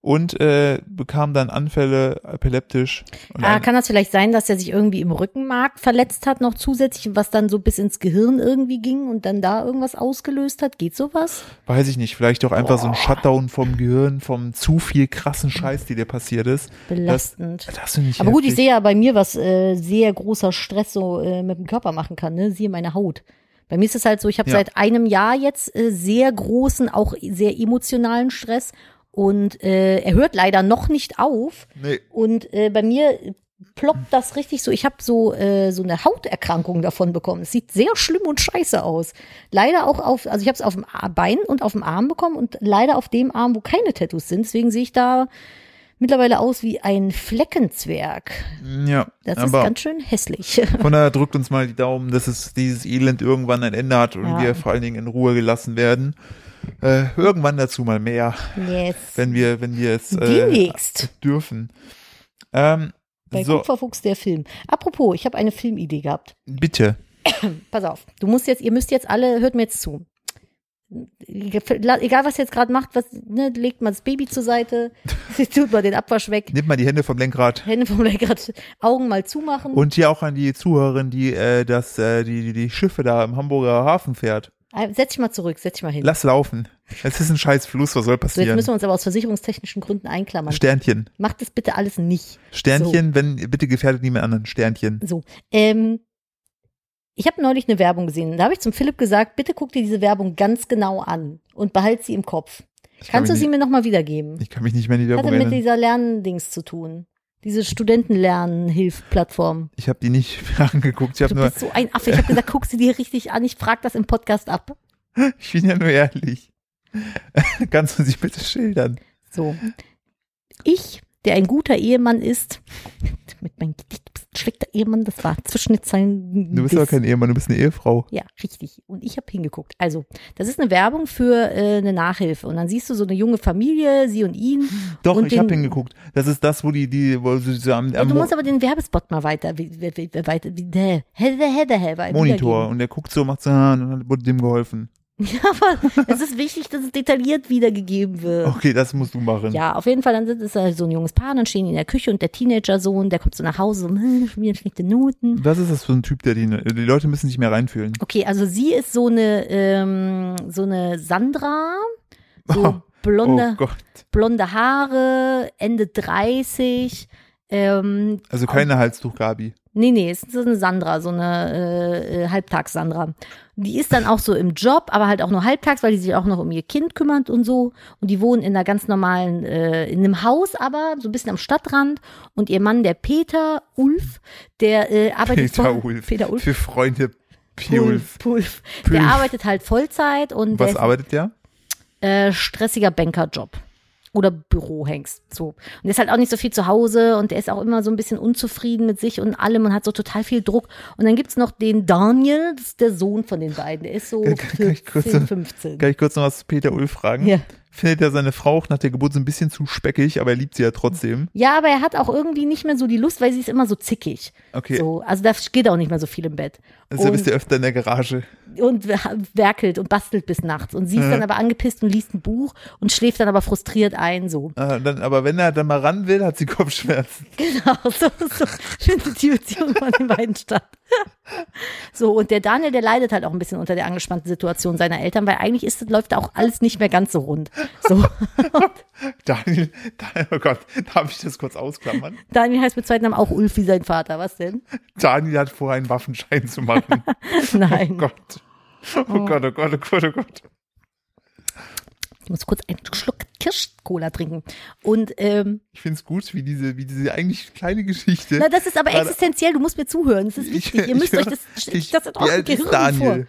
S1: und äh, bekam dann Anfälle epileptisch. Und
S2: ah,
S1: ein-
S2: kann das vielleicht sein, dass er sich irgendwie im Rückenmark verletzt hat, noch zusätzlich, was dann so bis ins Gehirn irgendwie ging und dann da irgendwas ausgelöst hat? Geht sowas?
S1: weiß ich nicht, vielleicht auch einfach so ein Shutdown vom Gehirn, vom zu viel krassen Scheiß, die dir passiert ist.
S2: Belastend.
S1: Das, das finde ich
S2: Aber gut, ich
S1: heftig.
S2: sehe ja bei mir, was äh, sehr großer Stress so äh, mit dem Körper machen kann. Ne? Siehe meine Haut. Bei mir ist es halt so, ich habe
S1: Ja.
S2: seit einem Jahr jetzt äh, sehr großen, auch sehr emotionalen Stress und äh, er hört leider noch nicht auf.
S1: Nee.
S2: Und äh, bei mir ploppt das richtig so. Ich habe so äh, so eine Hauterkrankung davon bekommen. Es sieht sehr schlimm und scheiße aus. Leider auch auf, also ich habe es auf dem A- Bein und auf dem Arm bekommen und leider auf dem Arm, wo keine Tattoos sind. Deswegen sehe ich da mittlerweile aus wie ein Fleckenzwerg.
S1: Ja,
S2: Das ist
S1: aber
S2: ganz schön hässlich.
S1: Von daher drückt uns mal die Daumen, dass es dieses Elend irgendwann ein Ende hat und
S2: Ja.
S1: wir vor allen Dingen in Ruhe gelassen werden. Äh, irgendwann dazu mal mehr,
S2: Yes.
S1: wenn wir, wenn wir es äh,
S2: Demnächst.
S1: dürfen. Ähm,
S2: Bei
S1: so,
S2: Kupferfuchs der Film. Apropos, ich habe eine Filmidee gehabt.
S1: bitte.
S2: Pass auf, du musst jetzt, ihr müsst jetzt alle, hört mir jetzt zu. Egal, was ihr jetzt gerade macht, was, ne, legt mal das Baby zur Seite, tut mal den Abwasch weg,
S1: Nimm mal die Hände vom Lenkrad.
S2: Hände vom Lenkrad, Augen mal zumachen.
S1: Und hier auch an die Zuhörerin, die äh, das, äh, die, die, die Schiffe da im Hamburger Hafen fährt.
S2: Ah, setz dich mal zurück, setz dich mal hin.
S1: Lass laufen. Es ist ein scheiß Fluss, was soll
S2: so, jetzt
S1: passieren?
S2: müssen wir uns aber aus versicherungstechnischen Gründen einklammern.
S1: Sternchen.
S2: Macht das bitte alles nicht.
S1: Sternchen, wenn, bitte gefährdet niemand anderen. Sternchen.
S2: So, ähm, ich habe neulich eine Werbung gesehen. Da habe ich zum Philipp gesagt, bitte guck dir diese Werbung ganz genau an und behalt sie im Kopf.
S1: Ich kann
S2: Kannst du
S1: mich
S2: sie
S1: nicht-
S2: mir nochmal wiedergeben?
S1: Ich kann mich nicht mehr in die
S2: Hatte
S1: Werbung
S2: mit
S1: erinnern.
S2: dieser Lerndings zu tun. Diese Studentenlernhilfplattform.
S1: Ich habe die nicht mehr angeguckt. Ich habe
S2: Du
S1: nur,
S2: bist so ein Affe. Ich habe gesagt, guck sie dir richtig an. Ich frag das im Podcast ab.
S1: Ich bin ja nur ehrlich. Kannst du sie bitte schildern?
S2: So. Ich, der ein guter Ehemann ist, mit meinem Gedicht bist ein schlechter Ehemann, das war zwischen den Zeilen.
S1: Du bist doch
S2: Diss.
S1: kein Ehemann, du bist eine Ehefrau.
S2: Ja, richtig. Und ich habe hingeguckt. Also, das ist eine Werbung für äh, eine Nachhilfe. Und dann siehst du so eine junge Familie, sie und ihn.
S1: Doch,
S2: und
S1: ich habe
S2: den-
S1: hingeguckt. Das ist das, wo die, die, wo sie so am,
S2: Und
S1: am
S2: du
S1: Mo-
S2: musst aber den Werbespot mal weiter, wie- wie- wie- weiter, wie- hä, hä, hä, hä, hä,
S1: Monitor und der guckt so, macht so, ah, und dann wurde dem geholfen.
S2: wiedergeben. Ja, aber es ist wichtig, dass es detailliert wiedergegeben wird.
S1: Okay, das musst du machen.
S2: Ja, auf jeden Fall, dann sind es halt so ein junges Paar, dann stehen die in der Küche und der Teenager-Sohn, der kommt so nach Hause und hm, schon wieder schlechte Noten.
S1: Was ist das für ein Typ, der die, die Leute müssen sich mehr reinfühlen?
S2: Okay, also sie ist so eine, ähm, so eine Sandra, so
S1: Oh,
S2: blonde,
S1: Oh Gott.
S2: blonde Haare, Ende 30. Ähm,
S1: Also keine Halstuch, Gabi.
S2: nee, nee, es ist so eine Sandra, so eine äh, äh, Halbtags-Sandra. Die ist dann auch so im Job, aber halt auch nur halbtags, weil die sich auch noch um ihr Kind kümmert und so. Und die wohnen in einer ganz normalen, äh, in einem Haus, aber so ein bisschen am Stadtrand. Und ihr Mann, der Peter Ulf, der äh, arbeitet
S1: Peter
S2: voll-
S1: Ulf.
S2: Peter Ulf.
S1: Für Freunde. Piulf.
S2: Ulf. Der
S1: Pulf.
S2: arbeitet halt Vollzeit und
S1: Was
S2: der
S1: arbeitet der?
S2: ist, äh, stressiger Bankerjob. oder Büro hängst. So. Und der ist halt auch nicht so viel zu Hause und der ist auch immer so ein bisschen unzufrieden mit sich und allem und hat so total viel Druck. Und dann gibt's noch den Daniel, das ist der Sohn von den beiden. Der ist so
S1: Kann- kann- kann ich kurz-
S2: 14, 15.
S1: Kann ich kurz noch was zu Peter Ulf fragen?
S2: Ja.
S1: Findet er seine Frau auch nach der Geburt so ein bisschen zu speckig, aber er liebt sie ja trotzdem.
S2: Ja, aber er hat auch irgendwie nicht mehr so die Lust, weil sie ist immer so zickig.
S1: Okay. Also
S2: So, also da geht auch nicht mehr so viel im Bett.
S1: Deshalb ist
S2: Und,
S1: er öfter in der Garage.
S2: und werkelt und bastelt bis nachts. Und sie ist dann aber angepisst und liest ein Buch und schläft dann aber frustriert ein, so.
S1: Ah, und dann, aber wenn er dann mal ran will, hat sie Kopfschmerzen.
S2: Genau, so, so findet die Beziehung von den beiden statt. So, und der Daniel, der leidet halt auch ein bisschen unter der angespannten Situation seiner Eltern, weil eigentlich ist, läuft da auch alles nicht mehr ganz so rund. So,
S1: Daniel, Daniel oh Gott, darf ich das kurz ausklammern?
S2: Daniel heißt mit zweiten Namen auch Ulf wie sein Vater, was denn?
S1: Daniel hat vor, einen Waffenschein zu machen. Oh
S2: Nein.
S1: Gott. Oh Gott, oh Gott, oh Gott, oh Gott.
S2: Ich muss kurz einen Schluck Kirsch-Cola trinken. Und, ähm,
S1: Ich finde es gut, wie diese, wie diese eigentlich kleine Geschichte.
S2: na, das ist aber
S1: Gerade-
S2: existenziell, du musst mir zuhören, das ist
S1: Ich-
S2: wichtig. Ihr müsst
S1: ich-
S2: euch das,
S1: ich-
S2: das in
S1: wie
S2: eurem
S1: alt ist
S2: Gehirn vor.
S1: Daniel?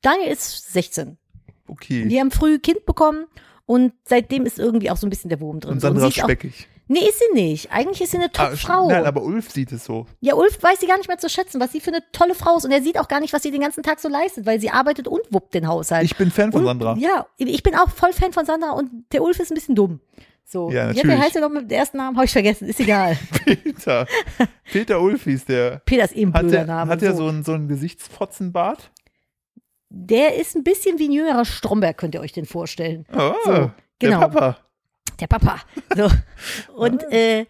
S2: Daniel ist 16.
S1: Okay.
S2: Die haben früh Kind bekommen und seitdem ist irgendwie auch so ein bisschen der Wurm drin.
S1: Und
S2: So,
S1: Sandra
S2: sie
S1: ist
S2: ist auch
S1: speckig.
S2: Nee, ist sie nicht. Eigentlich ist sie eine
S1: Ah,
S2: Top-Frau.
S1: Nein, aber Ulf sieht es so.
S2: ja, Ulf weiß sie gar nicht mehr zu schätzen, was sie für eine tolle Frau ist. Und er sieht auch gar nicht, was sie den ganzen Tag so leistet, weil sie arbeitet und wuppt den Haushalt.
S1: Ich bin Fan von
S2: Und-
S1: Sandra.
S2: Ja, ich bin auch voll Fan von Sandra und der Ulf ist ein bisschen dumm. So.
S1: Ja,
S2: Wie hat der
S1: natürlich.
S2: heißt ja noch mit dem ersten Namen, habe ich vergessen, ist egal.
S1: Peter. Peter Ulf hieß der.
S2: Peter ist eh ein
S1: Hat
S2: blöder
S1: der,
S2: Name.
S1: hat der so einen, so einen Gesichtsfotzenbart?
S2: Der ist ein bisschen wie ein jüngerer Stromberg, könnt ihr euch den vorstellen.
S1: Oh,
S2: So, genau.
S1: Der Papa.
S2: der Papa. So. Und äh,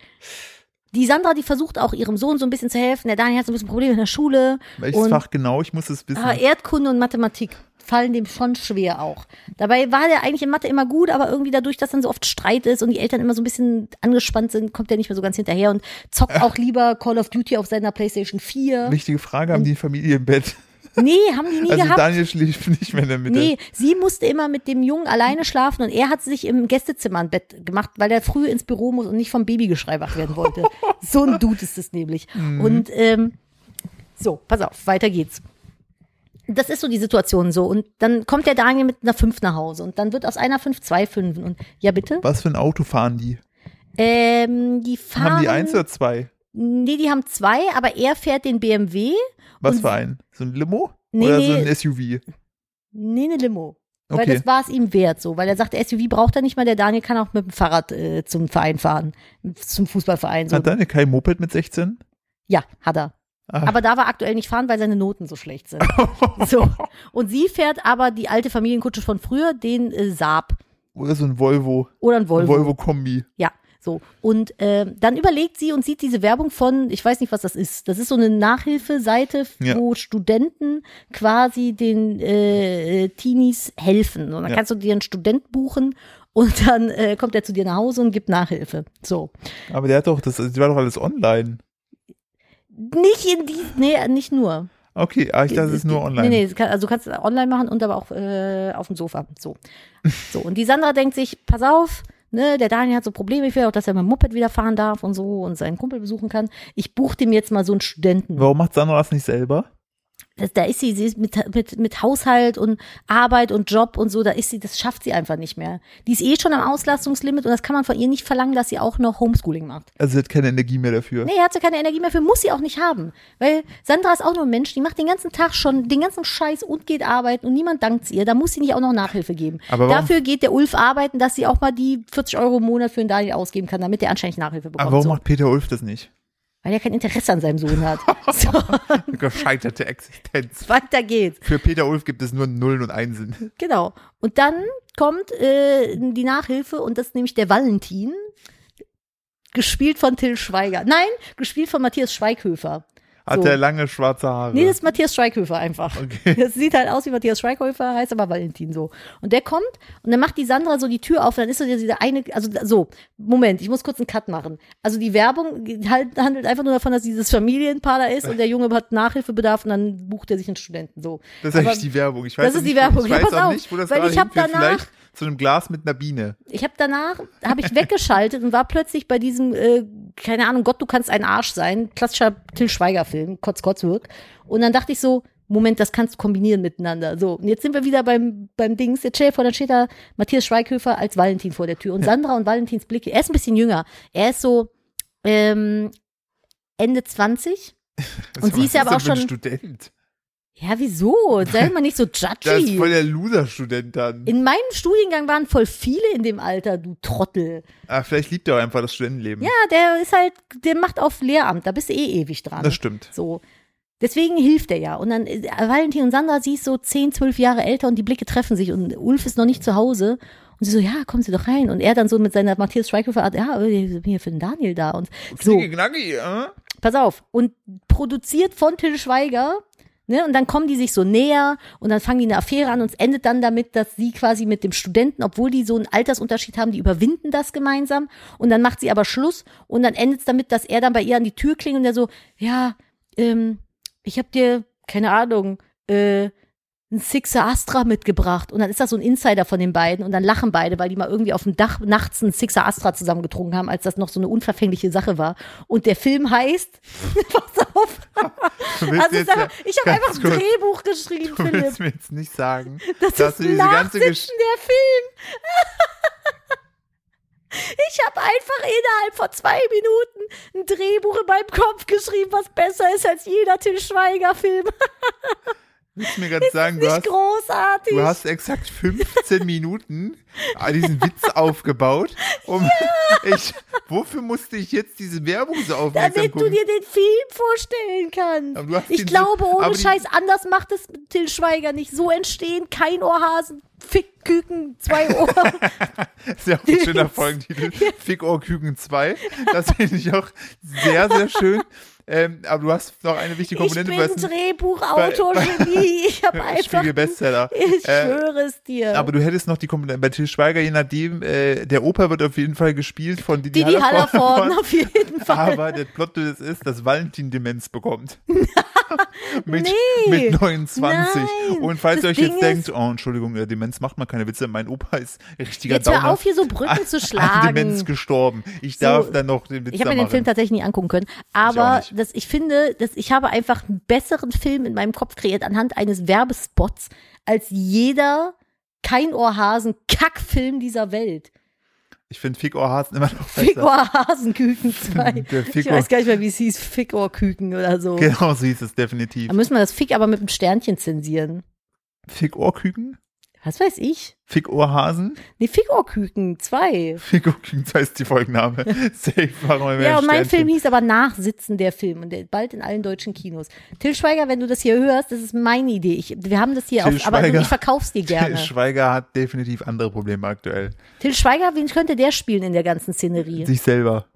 S2: die Sandra, die versucht auch ihrem Sohn so ein bisschen zu helfen. Der Daniel hat so ein bisschen Probleme in der Schule.
S1: Welches
S2: und
S1: Fach genau? Ich muss es wissen.
S2: Ah, Erdkunde und Mathematik fallen dem schon schwer auch. Dabei war der eigentlich in Mathe immer gut, aber irgendwie dadurch, dass dann so oft Streit ist und die Eltern immer so ein bisschen angespannt sind, kommt er nicht mehr so ganz hinterher und zockt auch lieber Call of Duty auf seiner PlayStation 4.
S1: Wichtige Frage, haben die Familie im Bett?
S2: Nee, haben die nie
S1: Also
S2: gehabt.
S1: Daniel schläft nicht mehr in der Mitte.
S2: Nee, sie musste immer mit dem Jungen alleine schlafen und er hat sich im Gästezimmer ein Bett gemacht, weil er früh ins Büro muss und nicht vom Babygeschrei wach werden wollte. so ein Dude ist es nämlich.
S1: Mhm.
S2: Und ähm, so, pass auf, weiter geht's. Das ist so die Situation so. Und dann kommt der Daniel mit einer 5 nach Hause und dann wird aus einer 5 zwei Fünfen. Und ja, bitte?
S1: Was für ein Auto fahren die?
S2: Ähm, die fahren.
S1: Haben die eins oder zwei?
S2: Nee, die haben zwei, aber er fährt den BMW.
S1: Was
S2: Und-
S1: für ein? So ein Limo?
S2: Nee,
S1: oder so
S2: nee.
S1: ein SUV?
S2: Nee, eine Limo. Weil
S1: Okay.
S2: das war es ihm wert, so. Weil er sagt, der SUV braucht er nicht mehr, der Daniel kann auch mit dem Fahrrad äh, zum Verein fahren, zum Fußballverein. So.
S1: Hat Daniel kein Moped mit 16?
S2: Ja, hat er.
S1: Ah.
S2: Aber da war aktuell nicht fahren, weil seine Noten so schlecht sind. so. Und sie fährt aber die alte Familienkutsche von früher, den äh, Saab
S1: Oder so ein Volvo?
S2: oder ein
S1: Ein
S2: Volvo.
S1: Volvo-Kombi.
S2: Ja, so. Und ähm, dann überlegt sie und sieht diese Werbung von, ich weiß nicht, was das ist. Das ist so eine Nachhilfeseite,
S1: Ja.
S2: wo Studenten quasi den äh, äh, Teenies helfen. Und dann
S1: Ja.
S2: kannst du dir einen Student buchen und dann äh, kommt er zu dir nach Hause und gibt Nachhilfe. So.
S1: Aber der hat doch, das, das war doch alles online.
S2: Nicht in die, nee, nicht nur.
S1: Okay, ah, ich dachte, es ist nur online.
S2: Nee, nee, es kann- also du kannst es online machen und aber auch äh, auf dem Sofa. So. so. Und die Sandra denkt sich, pass auf, ne, der Daniel hat so Probleme, ich will auch, dass er mit dem Moped wieder fahren darf und so und seinen Kumpel besuchen kann. Ich buche dem jetzt mal so einen Studenten.
S1: Warum macht Sandra das nicht selber?
S2: Das, da ist sie, sie ist mit, mit, mit Haushalt und Arbeit und Job und so, da ist sie, das schafft sie einfach nicht mehr. Die ist eh schon am Auslastungslimit und das kann man von ihr nicht verlangen, dass sie auch noch Homeschooling macht.
S1: Also sie hat keine Energie mehr dafür.
S2: Nee, er hat sie keine Energie mehr für, muss sie auch nicht haben. Weil Sandra ist auch nur ein Mensch, die macht den ganzen Tag schon den ganzen Scheiß und geht arbeiten und niemand dankt ihr. Da muss sie nicht auch noch Nachhilfe geben.
S1: Aber warum-
S2: Dafür geht der Ulf arbeiten, dass sie auch mal die 40 Euro im Monat für den Daniel ausgeben kann, damit der anscheinend Nachhilfe bekommt.
S1: Aber warum
S2: so.
S1: macht Peter Ulf das nicht?
S2: Weil er kein Interesse an seinem Sohn hat. so,
S1: Gescheiterte Existenz.
S2: weiter geht's.
S1: Für Peter Ulf gibt es nur Nullen und Einsen.
S2: Genau. Und dann kommt äh, die Nachhilfe und das ist nämlich der Valentin. Gespielt von Till Schweiger. Nein, gespielt von Matthias Schweighöfer.
S1: Hat
S2: So.
S1: er lange schwarze Haare.
S2: Nee, das ist Matthias Schweighöfer einfach.
S1: Okay.
S2: Das sieht halt aus wie Matthias Schweighöfer, heißt aber Valentin so. Und der kommt und dann macht die Sandra so die Tür auf, dann ist so dieser eine, also so, Moment, ich muss kurz einen Cut machen. Also die Werbung halt, handelt einfach nur davon, dass dieses Familienpaar da ist und der Junge hat Nachhilfebedarf und dann bucht er sich einen Studenten so.
S1: das ist
S2: Aber
S1: eigentlich die Werbung. Ich
S2: das
S1: weiß
S2: ist die
S1: nicht, wo-
S2: Werbung.
S1: Ich
S2: Ja,
S1: weiß
S2: pass
S1: auch
S2: auf,
S1: nicht, wo das
S2: weil
S1: gerade
S2: ich hab
S1: hinführt.
S2: danach-
S1: Vielleicht zu einem Glas mit einer Biene.
S2: Ich habe danach, habe ich weggeschaltet und war plötzlich bei diesem, äh, keine Ahnung, Gott, du kannst ein Arsch sein, klassischer Till Schweiger-Film, Kotz Kotzwirk. Und dann dachte ich so, Moment, das kannst du kombinieren miteinander. So, und jetzt sind wir wieder beim, beim Dings. Jetzt stell dir vor, dann steht da Matthias Schweighöfer als Valentin vor der Tür. Und Sandra und Valentins Blicke, er ist ein bisschen jünger. Er ist so ähm, Ende 20. Und sie ist ja aber auch
S1: Was denn
S2: schon-
S1: für ein Student.
S2: Ja, wieso? Sei mal nicht so
S1: Das ist
S2: judgy.
S1: voll der Loser-Student dann.
S2: In meinem Studiengang waren voll viele in dem Alter, du Trottel.
S1: Ah, vielleicht liebt er auch einfach das Studentenleben.
S2: Ja, der ist halt, der macht auf Lehramt, da bist du eh ewig dran.
S1: Das stimmt.
S2: So. Deswegen hilft er ja. Und dann äh, Valentin und Sandra, sie ist so 10, 12 Jahre älter und die Blicke treffen sich und Ulf ist noch nicht zu Hause. Und sie so, ja, kommen Sie doch rein. Und er dann so mit seiner Matthias Schweighöfer Art, ja, ich bin hier für den Daniel da. Und so, Also
S1: Knacki, äh?
S2: pass auf. Und produziert von Till Schweiger. Ne? Und dann kommen die sich so näher und dann fangen die eine Affäre an und es endet dann damit, dass sie quasi mit dem Studenten, obwohl die so einen Altersunterschied haben, die überwinden das gemeinsam. Und dann macht sie aber Schluss und dann endet es damit, dass er dann bei ihr an die Tür klingelt und der so, ja, ähm, ich hab dir, keine Ahnung, äh, ein Sixer Astra mitgebracht. Und dann ist das so ein Insider von den beiden und dann lachen beide, weil die mal irgendwie auf dem Dach nachts einen Sixer Astra zusammengetrunken haben, als das noch so eine unverfängliche Sache war. Und der Film heißt, pass auf,
S1: Du willst
S2: also
S1: jetzt,
S2: sag mal, ich habe
S1: ganz
S2: einfach ein
S1: kurz.
S2: Drehbuch geschrieben,
S1: du
S2: Philipp.
S1: willst mir jetzt nicht sagen,
S2: Das
S1: dass
S2: ist
S1: du diese ganze Gesch
S2: Nachsitzen der Film. Ich habe einfach innerhalb von zwei Minuten ein Drehbuch in meinem Kopf geschrieben, was besser ist als jeder Till Schweiger-Film.
S1: willst mir gerade sagen, du
S2: Nicht
S1: hast,
S2: großartig.
S1: du hast exakt 15 Minuten diesen Witz aufgebaut. Um ich, wofür musste ich jetzt diese Werbung so aufmerksam
S2: damit du
S1: gucken?
S2: dir den Film vorstellen kannst.
S1: Aber du hast
S2: ich
S1: ihn so-
S2: glaube, ohne
S1: aber die-
S2: Scheiß, anders macht es Till Schweiger nicht. So entstehen kein Ohrhasen, Fick, Küken, zwei Ohren.
S1: Das ist ja auch ein schöner Folgentitel. Fickohrküken 2. Das finde ich auch sehr, sehr schön. Ähm, aber du hast noch eine wichtige
S2: ich
S1: Komponente.
S2: bin
S1: du hast einen
S2: Drehbuchautor, Genie. Ich habe einfach...
S1: Spiegel-Bestseller.
S2: Ich
S1: Äh,
S2: schwöre es dir.
S1: Aber du hättest noch die Komponente bei Till Schweiger, je nachdem, äh, der Opa wird auf jeden Fall gespielt von Didi,
S2: Didi Hallervorden
S1: Hallervorden.
S2: auf
S1: Ah,
S2: jeden Fall.
S1: Aber der Plot das ist, dass Valentin Demenz bekommt. mit,
S2: Nee.
S1: mit 29.
S2: Nein.
S1: Und falls ihr
S2: Das
S1: euch
S2: Ding
S1: jetzt denkt, oh, Entschuldigung, äh, Demenz macht man keine Witze, mein Opa ist ein richtiger
S2: Jetzt
S1: Downer.
S2: hör auf, hier so
S1: Ah,
S2: Brücken zu
S1: An Demenz
S2: schlagen.
S1: gestorben. Ich darf dann noch den Witz
S2: Ich
S1: da
S2: habe mir den
S1: machen.
S2: Film tatsächlich nie angucken können,
S1: auch
S2: aber
S1: nicht.
S2: das, ich finde, dass ich habe einfach einen besseren Film in meinem Kopf kreiert anhand eines Werbespots als jeder kein Ohrhasen Kackfilm dieser Welt.
S1: ich finde Fick Ohrhasen immer noch besser.
S2: Fick Ohrhasenküken 2.
S1: Der
S2: Ich
S1: Fick Ohr-
S2: weiß gar nicht mehr, wie es hieß, Fick Ohrküken oder so.
S1: Genau so hieß es definitiv.
S2: Da müssen wir das Fick aber mit einem Sternchen zensieren.
S1: Fick Ohrküken?
S2: Was weiß ich?
S1: Fick Ohrhasen?
S2: Nee, Fick Ohrküken 2.
S1: Fick Ohrküken, das heißt die Folgenname. Safe, warum wir
S2: Ja, und mein
S1: Sternchen.
S2: Film hieß aber Nachsitzen, der Film. Und der bald in allen deutschen Kinos. Till Schweiger, wenn du das hier hörst, das ist meine Idee. Ich, wir haben das hier
S1: Till
S2: auf, aber
S1: Schweiger.
S2: du, ich verkauf's dir gerne. Till,
S1: Schweiger hat definitiv andere Probleme aktuell.
S2: Schweiger, wen könnte der spielen in der ganzen Szenerie?
S1: Sich selber.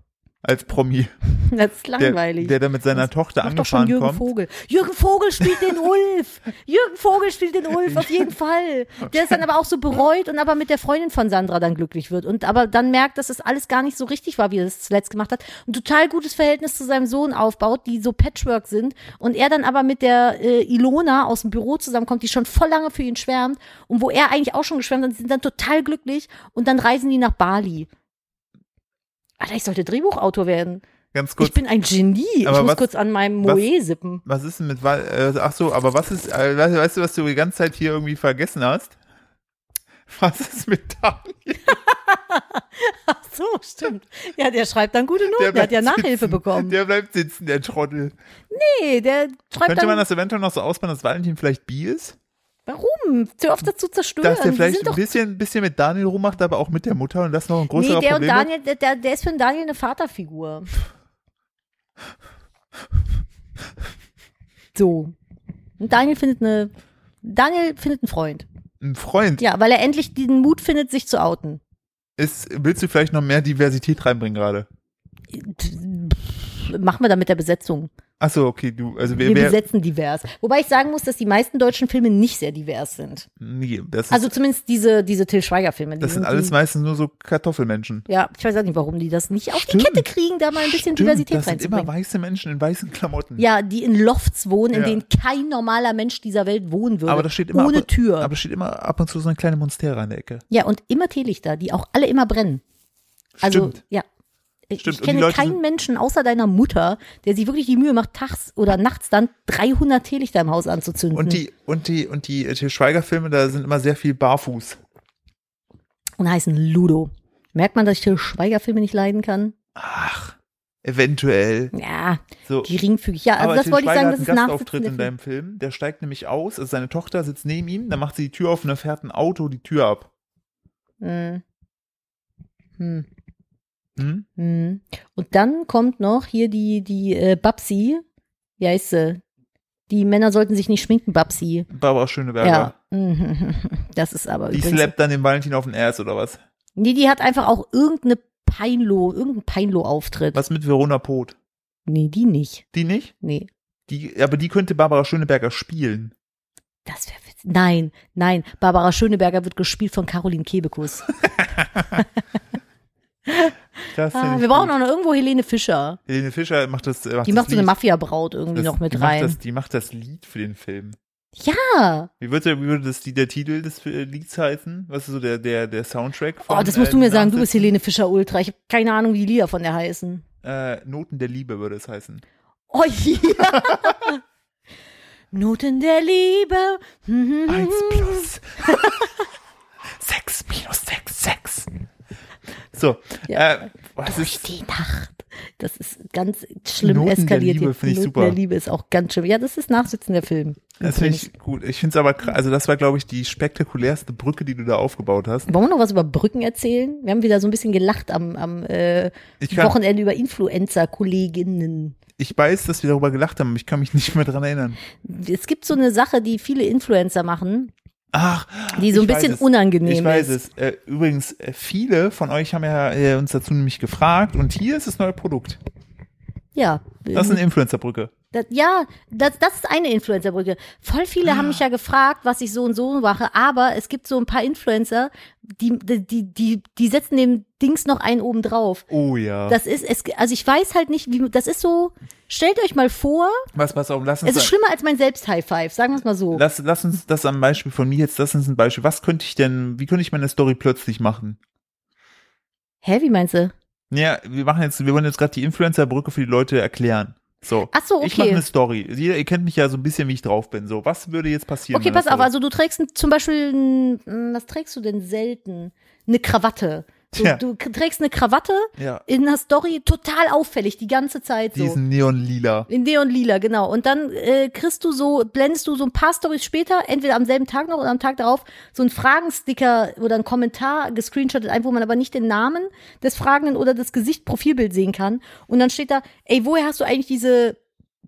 S1: Als Promi.
S2: Das ist
S1: Der,
S2: langweilig.
S1: der dann mit seiner Tochter
S2: Mach doch schon
S1: angefahren
S2: Jürgen
S1: kommt.
S2: Vogel. Jürgen Vogel spielt den Ulf. Jürgen Vogel spielt den Ulf, auf jeden Fall. Der ist dann aber auch so bereut und aber mit der Freundin von Sandra dann glücklich wird. Und aber dann merkt, dass das alles gar nicht so richtig war, wie er es zuletzt gemacht hat. Ein total gutes Verhältnis zu seinem Sohn aufbaut, die so Patchwork sind. Und er dann aber mit der äh, Ilona aus dem Büro zusammenkommt, die schon voll lange für ihn schwärmt. Und wo er eigentlich auch schon geschwärmt hat, die sind dann total glücklich. Und dann reisen die nach Bali. Alter, ich sollte Drehbuchautor werden.
S1: Ganz kurz.
S2: Ich bin ein Genie.
S1: Aber
S2: ich muss
S1: was-
S2: kurz an meinem
S1: was-
S2: Moe sippen.
S1: was ist denn mit Val äh, ach so, aber was ist äh, weißt, weißt du, was du die ganze Zeit hier irgendwie vergessen hast? Was ist mit Daniel?
S2: Oh, Ach so, stimmt. Ja, der schreibt dann gute Noten. Der, hat
S1: bleibt
S2: ja Nachhilfe
S1: sitzen.
S2: bekommen.
S1: Der bleibt sitzen, der Trottel.
S2: nee, der schreibt
S1: Könnte man
S2: dann.
S1: das eventuell noch so ausbauen, dass Valentin vielleicht bi ist?
S2: Warum? Zu oft dazu zerstören.
S1: Dass der
S2: Die
S1: vielleicht
S2: sind
S1: ein
S2: doch,
S1: bisschen, bisschen mit Daniel rummacht, aber auch mit der Mutter und das noch ein größerer
S2: nee, der und
S1: Problem wird?
S2: Daniel, der, der, der ist für den Daniel eine Vaterfigur. So. Und Daniel findet eine. Daniel findet einen Freund.
S1: Ein Freund.
S2: Ja, weil er endlich den Mut findet, sich zu outen.
S1: Ist, willst du vielleicht noch mehr Diversität reinbringen gerade?
S2: Machen wir da mit der Besetzung.
S1: Ach so, okay, du, also wer,
S2: Wir
S1: wer
S2: besetzen divers. Wobei ich sagen muss, dass die meisten deutschen Filme nicht sehr divers sind.
S1: nee, das, ist,
S2: Also zumindest diese, diese Till Schweiger-Filme. die
S1: das sind
S2: die-
S1: alles meistens nur so Kartoffelmenschen.
S2: Ja, ich weiß auch nicht, warum die das nicht auf
S1: Stimmt.
S2: die Kette kriegen, da mal ein bisschen
S1: Stimmt,
S2: Diversität
S1: das sind immer
S2: reinzubringen.
S1: weiße Menschen in weißen Klamotten.
S2: Ja, die in Lofts wohnen, in
S1: Ja.
S2: denen kein normaler Mensch dieser Welt wohnen würde.
S1: aber da steht immer
S2: ohne
S1: ab,
S2: Tür.
S1: Aber steht immer ab und zu so eine kleine Monstera an der Ecke.
S2: ja, und immer Teelichter, die auch alle immer brennen. Also,
S1: Stimmt.
S2: ja.
S1: Stimmt,
S2: ich
S1: und die
S2: kenne
S1: Leute
S2: keinen
S1: sind-
S2: Menschen außer deiner Mutter, der sich wirklich die Mühe macht, tags oder nachts dann 300 Teelichter im Haus anzuzünden.
S1: Und die, und die, und die äh, Til Schweiger-Filme, da sind immer sehr viel barfuß.
S2: und heißen Ludo. Merkt man, dass ich Till Schweiger Filme nicht leiden kann?
S1: Ach, eventuell.
S2: Ja,
S1: So.
S2: geringfügig. Ja, also
S1: Aber
S2: das
S1: Til
S2: wollte ich
S1: Schweiger
S2: sagen,
S1: hat
S2: das ist
S1: einen
S2: nachsitzend.
S1: Gastauftritt in deinem Film. Der steigt nämlich aus, also seine Tochter sitzt neben ihm, dann macht sie die Tür auf und dann fährt ein Auto die Tür ab.
S2: Hm. Hm.
S1: Hm?
S2: Hm. Und dann kommt noch hier die, die äh, Babsi. Wie heißt sie? Die Männer sollten sich nicht schminken, Babsi.
S1: Barbara Schöneberger.
S2: Ja. Mhm. Das ist aber
S1: Die
S2: übrigens.
S1: slappt dann den Valentin auf den Erz oder was?
S2: Nee, die hat einfach auch irgendeine Peinlo, irgendeinen Peinlo-Auftritt.
S1: Was mit Verona Poth?
S2: Nee, die nicht.
S1: Die nicht?
S2: Nee.
S1: Die, aber die könnte Barbara Schöneberger spielen.
S2: Das wäre witzig. Nein, nein. Barbara Schöneberger wird gespielt von Caroline Kebekus.
S1: Das
S2: Ah,
S1: find ich
S2: wir brauchen
S1: gut.
S2: auch noch irgendwo Helene Fischer.
S1: Helene Fischer macht das. Macht
S2: Die
S1: das
S2: macht so eine
S1: Lied.
S2: Mafia-Braut irgendwie
S1: Das-
S2: noch
S1: die
S2: mit
S1: macht
S2: rein. Ah.
S1: Das, die macht das Lied für den Film.
S2: Ja.
S1: Wie würde, wie würde das die, der Titel des äh, Lieds heißen? Was ist so der, der, der Soundtrack von
S2: Oh, das musst
S1: äh,
S2: du mir sagen. Du bist
S1: Nachsitzen?
S2: Helene Fischer Ultra. Ich habe keine Ahnung, wie die Lieder von der heißen.
S1: Äh, Noten der Liebe würde es heißen.
S2: Oh ja. Noten der Liebe. Mhm.
S1: Eins plus. sechs minus sechs, sechs. So.
S2: Ja.
S1: Äh, was
S2: Durch
S1: ist,
S2: die Nacht. Das ist ganz schlimm
S1: Noten der
S2: eskaliert.
S1: Liebe
S2: hier.
S1: finde ich
S2: Noten
S1: super.
S2: der Liebe ist auch ganz schlimm. Ja, das ist nachsitzen der Film.
S1: das finde ich gut. Ich finde es aber, kr- also das war, glaube ich, die spektakulärste Brücke, die du da aufgebaut hast.
S2: Wollen wir noch was über Brücken erzählen? Wir haben wieder so ein bisschen gelacht am, am äh,
S1: Ich kann-
S2: Wochenende über Influencer-Kolleginnen.
S1: Ich weiß, dass wir darüber gelacht haben, aber ich kann mich nicht mehr dran erinnern.
S2: Es gibt so eine Sache, die viele Influencer machen,
S1: Ach,
S2: die so ein
S1: ich weiß
S2: bisschen
S1: es.
S2: unangenehm
S1: Ich weiß
S2: ist.
S1: es. Äh, übrigens, äh, viele von euch haben ja äh, uns dazu nämlich gefragt und hier ist das neue Produkt.
S2: Ja.
S1: Das
S2: Mhm.
S1: ist eine Influencer-Brücke.
S2: Das, ja, das, das ist eine Influencerbrücke. Voll
S1: Ah.
S2: viele haben mich ja gefragt, was ich so und so mache, aber es gibt so ein paar Influencer, die, die, die, die, die setzen dem Dings noch einen oben drauf.
S1: Oh ja.
S2: Das ist, es, also ich weiß halt nicht, wie, das ist so, stellt euch mal vor,
S1: was, pass auf, lass uns,
S2: es ist schlimmer als mein Selbst-High-Five, sagen wir es mal so.
S1: lass, lass uns das am Beispiel von mir jetzt, lass uns ein Beispiel. Was könnte ich denn, wie könnte ich meine Story plötzlich machen?
S2: Hä, wie meinst du?
S1: Ja, wir machen jetzt, wir wollen jetzt gerade die Influencer-Brücke für die Leute erklären. So.
S2: Ach so,
S1: Ich
S2: okay.
S1: mache eine Story. Jeder, ihr kennt mich ja so ein bisschen, wie ich drauf bin. So, was würde jetzt passieren?
S2: Okay,
S1: wenn das
S2: pass auf,
S1: so-
S2: also du trägst n- zum Beispiel, n- m, was trägst du denn selten? Eine Krawatte. Du,
S1: Tja.
S2: du k- trägst eine Krawatte
S1: Ja.
S2: in der Story total auffällig, die ganze Zeit also so.
S1: Diesen Neon-Lila.
S2: In Neon Lila, genau. Und dann äh, kriegst du so, blendest du so ein paar Stories später, entweder am selben Tag noch oder am Tag darauf, so einen Fragensticker oder einen Kommentar gescreenshottet ein, wo man aber nicht den Namen des Fragenden oder das Gesicht Profilbild sehen kann. Und dann steht da, ey, woher hast du eigentlich diese,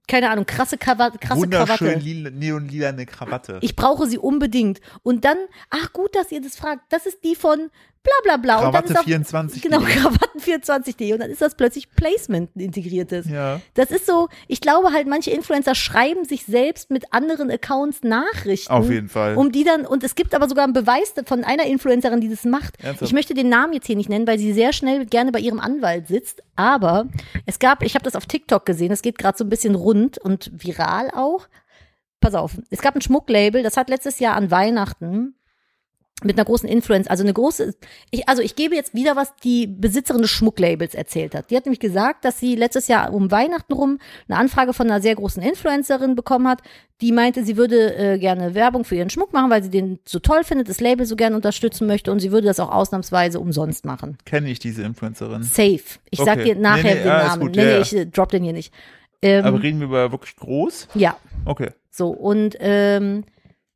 S2: keine Ahnung, krasse, Krawa krasse
S1: Wunderschön
S2: Krawatte?
S1: lila, neon-lila eine Krawatte.
S2: Ich brauche sie unbedingt. Und dann, ach gut, dass ihr das fragt. Das ist die von bla bla bla. und
S1: Krawatte
S2: dann ist auf,
S1: 24.
S2: Genau, Krawatten24.de. Und dann ist das plötzlich Placement ein integriertes.
S1: Ja.
S2: Das ist so, ich glaube halt, manche Influencer schreiben sich selbst mit anderen Accounts Nachrichten.
S1: Auf jeden Fall.
S2: Um die dann, und es gibt aber sogar einen Beweis von einer Influencerin, die das macht.
S1: Ernsthaft?
S2: Ich möchte den Namen jetzt hier nicht nennen, weil sie sehr schnell gerne bei ihrem Anwalt sitzt. Aber es gab, ich habe das auf TikTok gesehen, es geht gerade so ein bisschen rund und viral auch. Pass auf, es gab ein Schmucklabel, das hat letztes Jahr an Weihnachten mit einer großen Influencer, also eine große, ich, also ich gebe jetzt wieder, was die Besitzerin des Schmucklabels erzählt hat. Die hat nämlich gesagt, dass sie letztes Jahr um Weihnachten rum eine Anfrage von einer sehr großen Influencerin bekommen hat, die meinte, sie würde äh, gerne Werbung für ihren Schmuck machen, weil sie den so toll findet, das Label so gerne unterstützen möchte und sie würde das auch ausnahmsweise umsonst machen.
S1: Kenne ich diese Influencerin.
S2: Safe. Ich sag
S1: Okay.
S2: dir nachher
S1: Nee, nee,
S2: den
S1: ah, ist
S2: Namen.
S1: gut,
S2: nee,
S1: ja,
S2: nee,
S1: ja.
S2: ich äh, drop den hier nicht. Ähm,
S1: Aber reden wir über wirklich groß?
S2: ja.
S1: Okay.
S2: So, und ähm,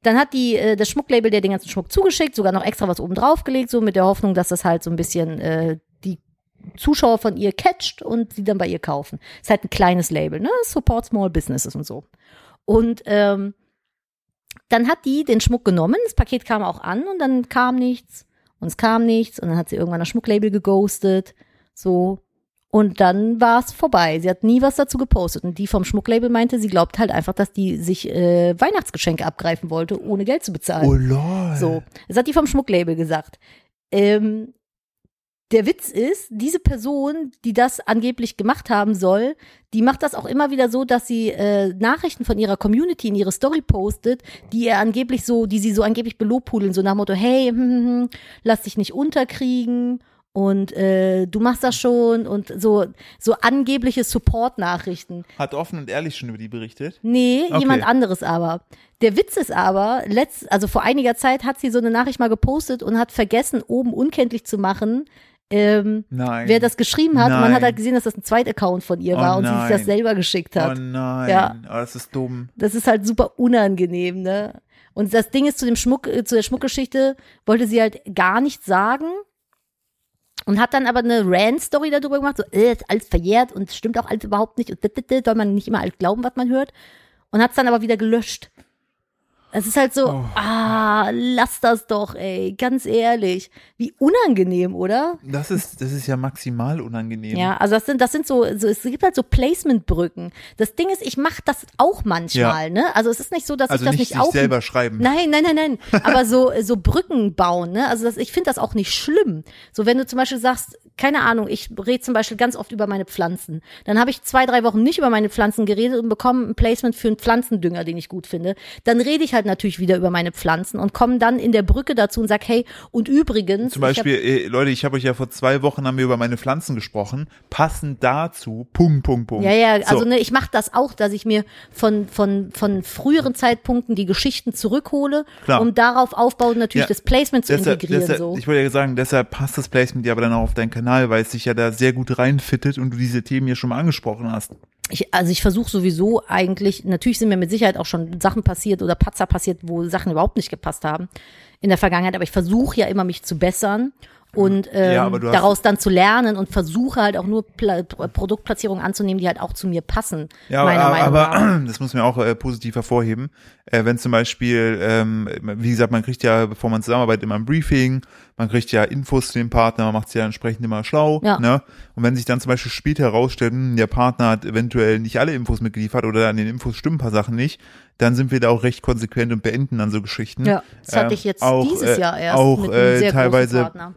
S2: dann hat die, äh, das Schmucklabel der den ganzen Schmuck zugeschickt, sogar noch extra was oben drauf gelegt, so mit der Hoffnung, dass das halt so ein bisschen äh, die Zuschauer von ihr catcht und sie dann bei ihr kaufen. Ist halt ein kleines Label, ne? Support Small Businesses und so. Und ähm, dann hat die den Schmuck genommen, das Paket kam auch an und dann kam nichts und es kam nichts und dann hat sie irgendwann das Schmucklabel geghostet, so. Und dann war es vorbei. Sie hat nie was dazu gepostet. Und die vom Schmucklabel meinte, sie glaubt halt einfach, dass die sich äh, Weihnachtsgeschenke abgreifen wollte, ohne Geld zu bezahlen.
S1: Oh lol.
S2: Äh, So, das hat die vom Schmucklabel gesagt. Ähm, der Witz ist, diese Person, die das angeblich gemacht haben soll, die macht das auch immer wieder so, dass sie äh, Nachrichten von ihrer Community in ihre Story postet, die ihr angeblich so, die sie so angeblich belobpudeln, so nach dem Motto, hey, hm, hm, hm, lass dich nicht unterkriegen und äh, du machst das schon und so, so angebliche Support-Nachrichten.
S1: Hat offen und ehrlich schon über die berichtet.
S2: Nee,
S1: Okay.
S2: jemand anderes aber. Der Witz ist aber, letzt, also vor einiger Zeit hat sie so eine Nachricht mal gepostet und hat vergessen, oben unkenntlich zu machen, ähm,
S1: Nein.
S2: wer das geschrieben hat. Und man
S1: Nein.
S2: hat halt gesehen, dass das ein Zweitaccount von ihr
S1: Oh
S2: war und sie sich
S1: nein.
S2: das selber geschickt
S1: Oh
S2: hat.
S1: nein,
S2: Ja.
S1: oh, das ist dumm.
S2: Das ist halt super unangenehm, ne? Und das Ding ist zu dem Schmuck, äh, zu der Schmuckgeschichte wollte sie halt gar nichts sagen und hat dann aber eine Rant-Story darüber gemacht, so, äh, ist alles verjährt und stimmt auch alles überhaupt nicht und dit, dit, dit, soll man nicht immer alles glauben, was man hört und hat es dann aber wieder gelöscht. Es ist halt so, ah, lass das doch, ey, ganz ehrlich. Wie unangenehm, oder?
S1: Das ist, das ist ja maximal unangenehm.
S2: Ja, also das sind, das sind so, so, es gibt halt so Placement-Brücken. Das Ding ist, ich mache das auch manchmal, ne? Also es ist nicht so, dass
S1: also
S2: ich das
S1: nicht
S2: nicht,
S1: sich
S2: auch.
S1: selber schreiben.
S2: Nein, nein, nein, nein. Aber so, so Brücken bauen, ne? Also das, ich finde das auch nicht schlimm. So, wenn du zum Beispiel sagst, keine Ahnung, ich rede zum Beispiel ganz oft über meine Pflanzen. Dann habe ich zwei, drei Wochen nicht über meine Pflanzen geredet und bekomme ein Placement für einen Pflanzendünger, den ich gut finde. Dann rede ich halt natürlich wieder über meine Pflanzen und komme dann in der Brücke dazu und sag, hey, und übrigens.
S1: Zum
S2: ich hab-
S1: Beispiel, äh, Leute, ich habe euch ja vor zwei Wochen haben wir über meine Pflanzen gesprochen. Passend dazu, Punkt, Punkt, Punkt.
S2: Ja, ja,
S1: so.
S2: also ne, ich mache das auch, dass ich mir von, von, von früheren Zeitpunkten die Geschichten zurückhole,
S1: Klar.
S2: um darauf aufbauend natürlich
S1: Ja.
S2: das Placement zu
S1: Deshalb,
S2: integrieren.
S1: deshalb,
S2: so.
S1: Ich wollte ja sagen, deshalb passt das Placement ja aber dann auch auf deinen Kanal, weil es sich ja da sehr gut reinfittet und du diese Themen hier schon mal angesprochen hast.
S2: ich, also ich versuche sowieso eigentlich, natürlich sind mir mit Sicherheit auch schon Sachen passiert oder Patzer passiert, wo Sachen überhaupt nicht gepasst haben in der Vergangenheit, aber ich versuche ja immer mich zu bessern und ähm,
S1: Ja, aber du hast-
S2: daraus dann zu lernen und versuche halt auch nur Pla Pro- Produktplatzierungen anzunehmen, die halt auch zu mir passen,
S1: Ja,
S2: meiner
S1: aber,
S2: Meinung nach.
S1: aber das muss man auch äh, positiv hervorheben. Äh, wenn zum Beispiel, ähm, wie gesagt, man kriegt ja, bevor man zusammenarbeitet, immer ein Briefing, man kriegt ja Infos zu dem Partner, man macht sich ja entsprechend immer schlau.
S2: Ja.
S1: Ne? Und wenn sich dann zum Beispiel später herausstellt, hm, der Partner hat eventuell nicht alle Infos mitgeliefert oder an den Infos stimmen ein paar Sachen nicht, dann sind wir da auch recht konsequent und beenden dann so Geschichten.
S2: Ja, das hatte
S1: Ähm,
S2: ich jetzt
S1: auch,
S2: dieses
S1: äh,
S2: Jahr erst
S1: Auch
S2: mit einem
S1: äh,
S2: sehr großen
S1: teilweise
S2: Partner.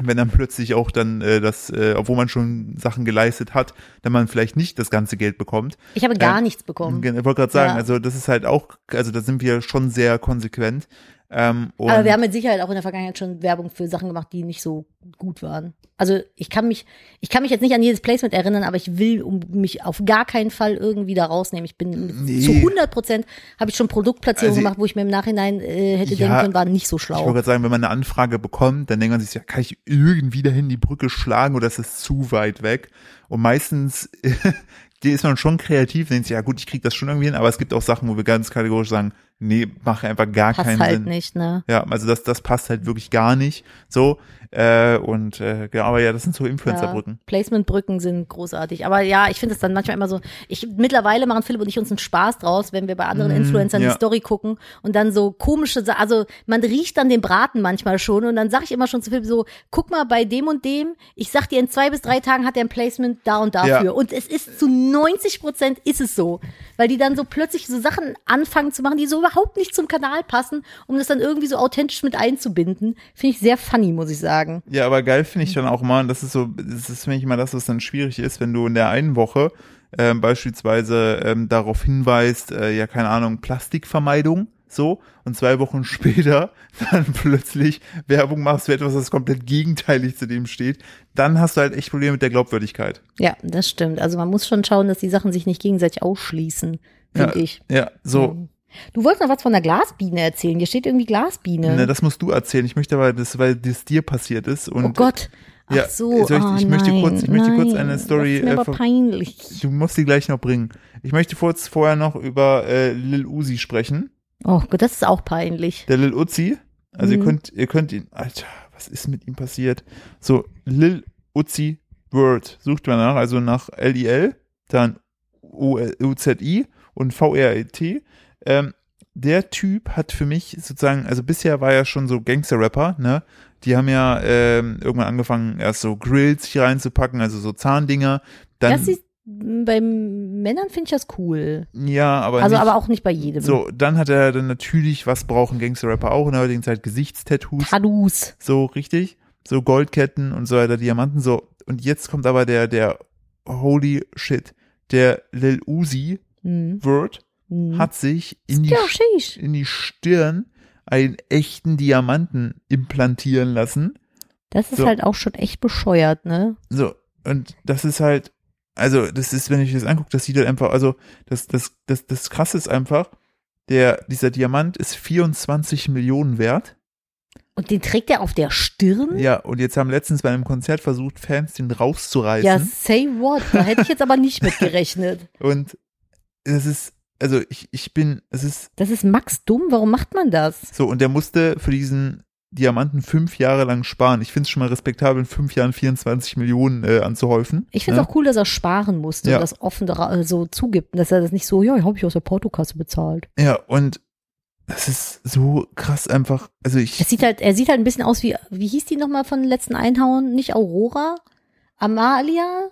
S1: wenn dann plötzlich auch dann äh, das, äh, obwohl man schon Sachen geleistet hat, dann man vielleicht nicht das ganze Geld bekommt.
S2: Ich habe gar
S1: äh,
S2: nichts bekommen.
S1: Ich wollte gerade sagen,
S2: Ja.
S1: also das ist halt auch, also da sind wir schon sehr konsequent. Ähm, und
S2: Aber wir haben mit Sicherheit auch in der Vergangenheit schon Werbung für Sachen gemacht, die nicht so gut waren. Also ich kann mich, ich kann mich jetzt nicht an jedes Placement erinnern, aber ich will um mich auf gar keinen Fall irgendwie da rausnehmen. Ich bin
S1: Nee.
S2: zu 100 Prozent habe ich schon Produktplatzierungen
S1: Also-
S2: gemacht, wo ich mir im Nachhinein äh, hätte
S1: Ja.
S2: denken können, war nicht so
S1: ich
S2: schlau.
S1: wollte gerade sagen, wenn man eine Anfrage bekommt, dann denkt man sich, ja, kann ich irgendwie dahin die Brücke schlagen oder ist das zu weit weg? Und meistens die ist man schon kreativ, denkt sich, ja gut, ich krieg das schon irgendwie hin, aber es gibt auch Sachen, wo wir ganz kategorisch sagen, nee, mach einfach gar
S2: Passt
S1: keinen
S2: halt
S1: Sinn.
S2: nicht, ne?
S1: Ja, also das, das passt halt wirklich gar nicht. So, äh, und äh, genau, aber ja, das sind so Influencer-Brücken.
S2: Ja, Placement-Brücken sind großartig. Aber ja, ich finde es dann manchmal immer so. Ich mittlerweile machen Philipp und ich uns einen Spaß draus, wenn wir bei anderen Influencern
S1: Mm, ja.
S2: die Story gucken und dann so komische Sa Also man riecht dann den Braten manchmal schon und dann sage ich immer schon zu Philipp so, guck mal bei dem und dem, ich sag dir, in zwei bis drei Tagen hat er ein Placement da und dafür.
S1: Ja.
S2: Und es ist zu 90 Prozent ist es so. Weil die dann so plötzlich so Sachen anfangen zu machen, die so überhaupt nicht zum Kanal passen, um das dann irgendwie so authentisch mit einzubinden. Finde ich sehr funny, muss ich sagen.
S1: Ja, aber geil finde ich dann auch mal, und das ist so, das ist, finde ich mal das, was dann schwierig ist, wenn du in der einen Woche ähm, beispielsweise ähm, darauf hinweist, äh, ja, keine Ahnung, Plastikvermeidung, so, und zwei Wochen später dann plötzlich Werbung machst für etwas, das komplett gegenteilig zu dem steht, dann hast du halt echt Probleme mit der Glaubwürdigkeit.
S2: Ja, das stimmt. Also man muss schon schauen, dass die Sachen sich nicht gegenseitig ausschließen,
S1: Ja,
S2: finde ich.
S1: ja, so,
S2: Mhm. Du wolltest noch was von der Glasbiene erzählen. Hier steht irgendwie Glasbiene.
S1: ne, das musst du erzählen. Ich möchte aber, das, weil das dir passiert ist und
S2: oh Gott. Ach
S1: Ja,
S2: so.
S1: soll ich-
S2: Ah,
S1: ich möchte
S2: nein,
S1: kurz- ich möchte kurz
S2: nein.
S1: eine Story,
S2: Das ist mir
S1: äh,
S2: aber
S1: ver-
S2: peinlich.
S1: Du musst die gleich noch bringen. Ich möchte kurz vorher noch über äh, Lil Uzi sprechen.
S2: Oh Gott, das ist auch peinlich.
S1: Der Lil Uzi. Also
S2: Mhm.
S1: ihr könnt, ihr könnt ihn. Alter, was ist mit ihm passiert? So, Lil Uzi Word sucht man nach, also nach L-I-L, dann äh, U-Z-I und V-R-E-T. Ähm, der Typ hat für mich sozusagen, also bisher war er schon so Gangster-Rapper, ne? Die haben ja ähm, irgendwann angefangen, erst so Grills hier reinzupacken, also so Zahndinger. Dann,
S2: das ist, bei Männern finde ich das cool.
S1: ja, aber
S2: Also
S1: nicht,
S2: aber auch nicht bei jedem.
S1: So, dann hat er dann natürlich, was brauchen Gangster-Rapper auch in der heutigen Zeit? Gesichtstattoos.
S2: Tattoos.
S1: So, richtig. So Goldketten und so weiter, Diamanten, so. Und jetzt kommt aber der, der Holy Shit. Der Lil Uzi
S2: Hm.
S1: Word
S2: Hm.
S1: hat sich in die,
S2: ja, sheesh.
S1: in die Stirn einen echten Diamanten implantieren lassen.
S2: Das ist
S1: So.
S2: halt auch schon echt bescheuert, ne?
S1: So, und das ist halt, also, das ist, wenn ich das angucke, das sieht halt einfach, also, das, das, das, das krasse ist einfach, der, dieser Diamant ist 24 Millionen wert.
S2: Und den trägt er auf der Stirn?
S1: Ja, und jetzt haben letztens bei einem Konzert versucht, Fans den rauszureißen.
S2: Ja, say what? Da hätte ich jetzt aber nicht mit gerechnet.
S1: Und das ist, also, ich, ich bin, es ist
S2: Das ist Max dumm. Warum macht man das?
S1: so, und der musste für diesen Diamanten fünf Jahre lang sparen. Ich finde es schon mal respektabel, in fünf Jahren 24 Millionen äh, anzuhäufen.
S2: Ich finde es auch cool, dass er sparen musste
S1: Ja.
S2: und das offen dra- äh, so zugibt. Und dass er das nicht so, ja, habe ich aus der Portokasse bezahlt.
S1: Ja, und das ist so krass einfach, also ich.
S2: Das sieht halt, er sieht halt ein bisschen aus wie, wie hieß die nochmal von den letzten Einhauen? Nicht Aurora? Amalia?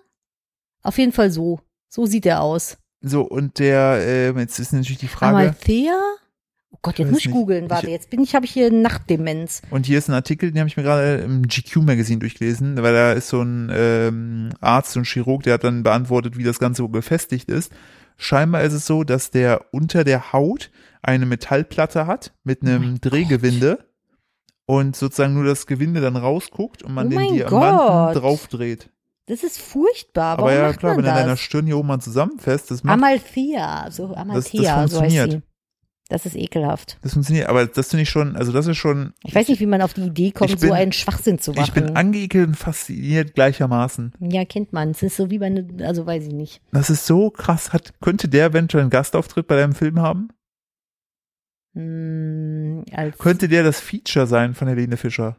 S2: Auf jeden Fall so. So sieht er aus.
S1: So, und der, ähm, jetzt ist natürlich die Frage,
S2: Amalthea? Oh Gott, jetzt
S1: weiß
S2: muss ich
S1: nicht.
S2: googeln.
S1: Ich-
S2: Warte, jetzt bin ich, habe ich hier Nachtdemenz.
S1: und hier ist ein Artikel, den habe ich mir gerade im GQ-Magazin durchgelesen, weil da ist so ein ähm, Arzt, so ein Chirurg, der hat dann beantwortet, wie das Ganze wohl befestigt ist. Scheinbar ist es so, dass der unter der Haut eine Metallplatte hat mit einem
S2: Oh mein
S1: Drehgewinde und sozusagen nur das Gewinde dann rausguckt und man
S2: Oh
S1: den
S2: mein
S1: Diamanten
S2: Gott.
S1: draufdreht.
S2: Das ist furchtbar. Warum
S1: Aber ja,
S2: macht
S1: klar,
S2: man
S1: wenn er
S2: das?
S1: deiner Stirn hier oben mal zusammenfasst, das macht
S2: Amalthea, so Amalthea, so heißt
S1: funktioniert.
S2: sie. Das ist ekelhaft.
S1: Das funktioniert, aber das finde ich schon, also das ist schon,
S2: Ich weiß nicht, wie man auf die Idee kommt,
S1: Ich bin-
S2: so einen Schwachsinn zu machen.
S1: ich bin angeekelt und fasziniert gleichermaßen.
S2: ja, kennt man. Es ist so wie bei ne, also weiß ich nicht.
S1: Das ist so krass. Hat, könnte der eventuell einen Gastauftritt bei deinem Film haben?
S2: Hm, als,
S1: Könnte der das Feature sein von Helene Fischer?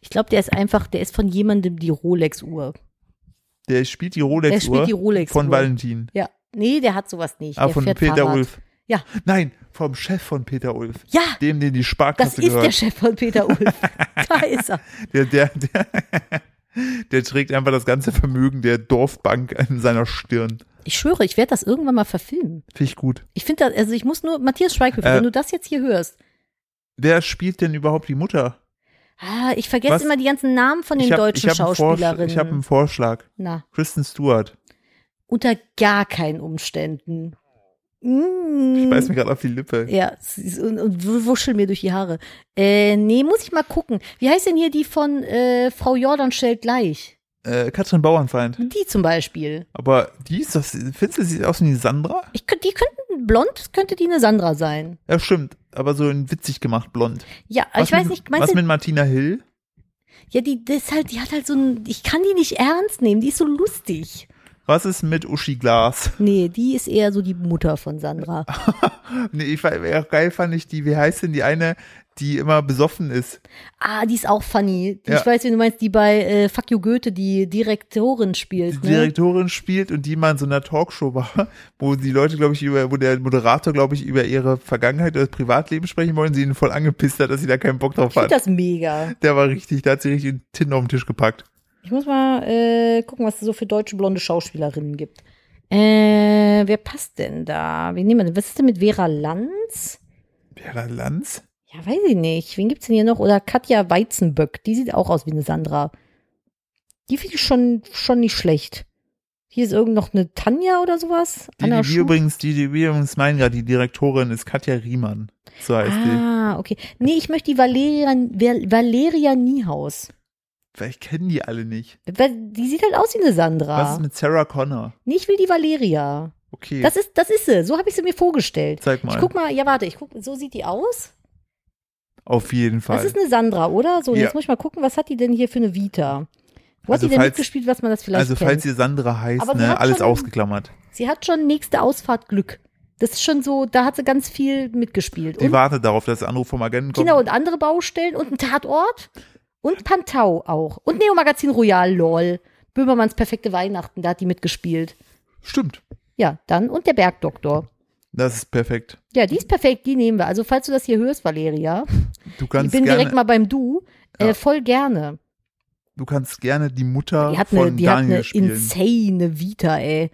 S2: ich glaube, der ist einfach, der ist von jemandem die Rolex-Uhr.
S1: Der spielt die
S2: Der spielt die
S1: Rolex-Uhr
S2: Rolex-Uhr.
S1: von Valentin.
S2: Ja, nee, der hat sowas nicht.
S1: Ah,
S2: der
S1: von
S2: fährt
S1: Peter
S2: Fahrrad.
S1: Ulf.
S2: Ja.
S1: Nein, vom Chef von Peter Ulf.
S2: Ja,
S1: Dem, den die
S2: das
S1: Sparkasse
S2: ist der
S1: gehört.
S2: Chef von Peter Ulf. da ist er.
S1: Der, der, der, der trägt einfach das ganze Vermögen der Dorfbank an seiner Stirn.
S2: Ich schwöre, ich werde das irgendwann mal verfilmen.
S1: Finde ich gut.
S2: Ich finde, das- also ich muss nur, Matthias Schweighöfer,
S1: Äh.
S2: wenn du das jetzt hier hörst,
S1: Wer spielt denn überhaupt die Mutter?
S2: ah, ich vergesse
S1: Was?
S2: immer die ganzen Namen von den
S1: ich hab-
S2: deutschen
S1: ich hab einen Vorsch-
S2: Schauspielerinnen.
S1: Ich habe einen Vorschlag.
S2: Na,
S1: Kristen Stewart.
S2: unter gar keinen Umständen. Mm.
S1: Ich beiß mir gerade auf die Lippe.
S2: Ja, es ist- und, und w- wuschel mir durch die Haare. Äh, nee, muss ich mal gucken. Wie heißt denn hier die von äh, Frau Jordan stellt gleich?
S1: Äh, Katrin Bauernfeind.
S2: Die zum Beispiel.
S1: Aber die ist doch, findest du, sie sieht aus wie die Sandra?
S2: Ich, könnt- die könnten, blond könnte die eine Sandra sein.
S1: Ja, stimmt. Aber so in witzig gemacht blond.
S2: Ja, aber ich weiß
S1: mit,
S2: nicht,
S1: Was
S2: meinst du,
S1: mit Martina Hill?
S2: ja, die, das ist halt, die hat halt so ein, ich kann die nicht ernst nehmen, die ist so lustig.
S1: Was ist mit Uschi Glas?
S2: Nee, die ist eher so die Mutter von Sandra.
S1: Nee, ich fand, ja, geil fand ich die, wie heißt denn die eine, die immer besoffen ist?
S2: Ah, die ist auch funny. Die,
S1: Ja.
S2: Ich weiß, wie du meinst, die bei äh, Fuck You Goethe die Direktorin
S1: Die
S2: spielt. Ne?
S1: Direktorin spielt und die mal in so einer Talkshow war, wo die Leute, glaube ich, über, wo der Moderator, glaube ich, über ihre Vergangenheit oder das Privatleben sprechen wollen, sie ihn voll angepisst hat, dass sie da keinen Bock drauf
S2: Ich finde
S1: hat.
S2: das mega.
S1: Der war richtig, da hat sie richtig den Tint auf den Tisch gepackt.
S2: Ich muss mal äh, gucken, was es so für deutsche blonde Schauspielerinnen gibt. Äh, wer passt denn da? Wen nehmen wir denn? Was ist denn mit Vera Lanz?
S1: Vera Lanz?
S2: Ja, weiß ich nicht. Wen gibt's denn hier noch? Oder Katja Weizenböck. Die sieht auch aus wie eine Sandra. Die finde ich schon, schon nicht schlecht. Hier ist irgend noch eine Tanja oder sowas.
S1: Die, die wir
S2: Schu-
S1: übrigens, die, die wir übrigens meinen gerade, die Direktorin ist Katja Riemann. So heißt die.
S2: Ah, okay. Nee, ich möchte die Valeria, Val- Valeria Niehaus.
S1: Vielleicht kennen die alle nicht.
S2: Weil Die sieht halt aus wie eine
S1: Was ist
S2: Sandra.
S1: mit Sarah Connor?
S2: Nee, ich will die Valeria.
S1: Okay,
S2: Das ist, das ist sie. So habe ich sie mir vorgestellt.
S1: zeig
S2: Ich
S1: mal.
S2: guck mal, ja, warte, ich guck, so sieht die aus.
S1: Auf jeden Fall.
S2: Das ist eine Sandra, oder? So,
S1: Ja.
S2: jetzt muss ich mal gucken, was hat die denn hier für eine Vita? Wo hat
S1: Also
S2: die denn
S1: falls-
S2: mitgespielt, was man das vielleicht
S1: also
S2: kennt?
S1: falls ihr Sandra heißt,
S2: Aber sie
S1: ne,
S2: hat
S1: alles
S2: schon-
S1: ausgeklammert.
S2: sie hat schon nächste Ausfahrt Glück. Das ist schon so, da hat sie ganz viel mitgespielt.
S1: Die
S2: Und Genau.
S1: wartet darauf, dass der Anruf vom Agenten kommt.
S2: Kinder und andere Baustellen und ein Tatort und Pantau auch. Und Neomagazin Royal, lol. Böhmermanns perfekte Weihnachten, da hat die mitgespielt.
S1: Stimmt,
S2: Ja, dann und der Bergdoktor.
S1: das ist perfekt.
S2: Ja, die ist perfekt, die nehmen wir. Also falls du das hier hörst, Valeria,
S1: Du kannst
S2: ich bin direkt
S1: gerne,
S2: mal beim Du,
S1: Ja.
S2: äh, voll gerne.
S1: du kannst gerne die Mutter
S2: Die hat
S1: von
S2: eine, die hat
S1: Daniel
S2: eine
S1: spielen.
S2: insane Vita, ey.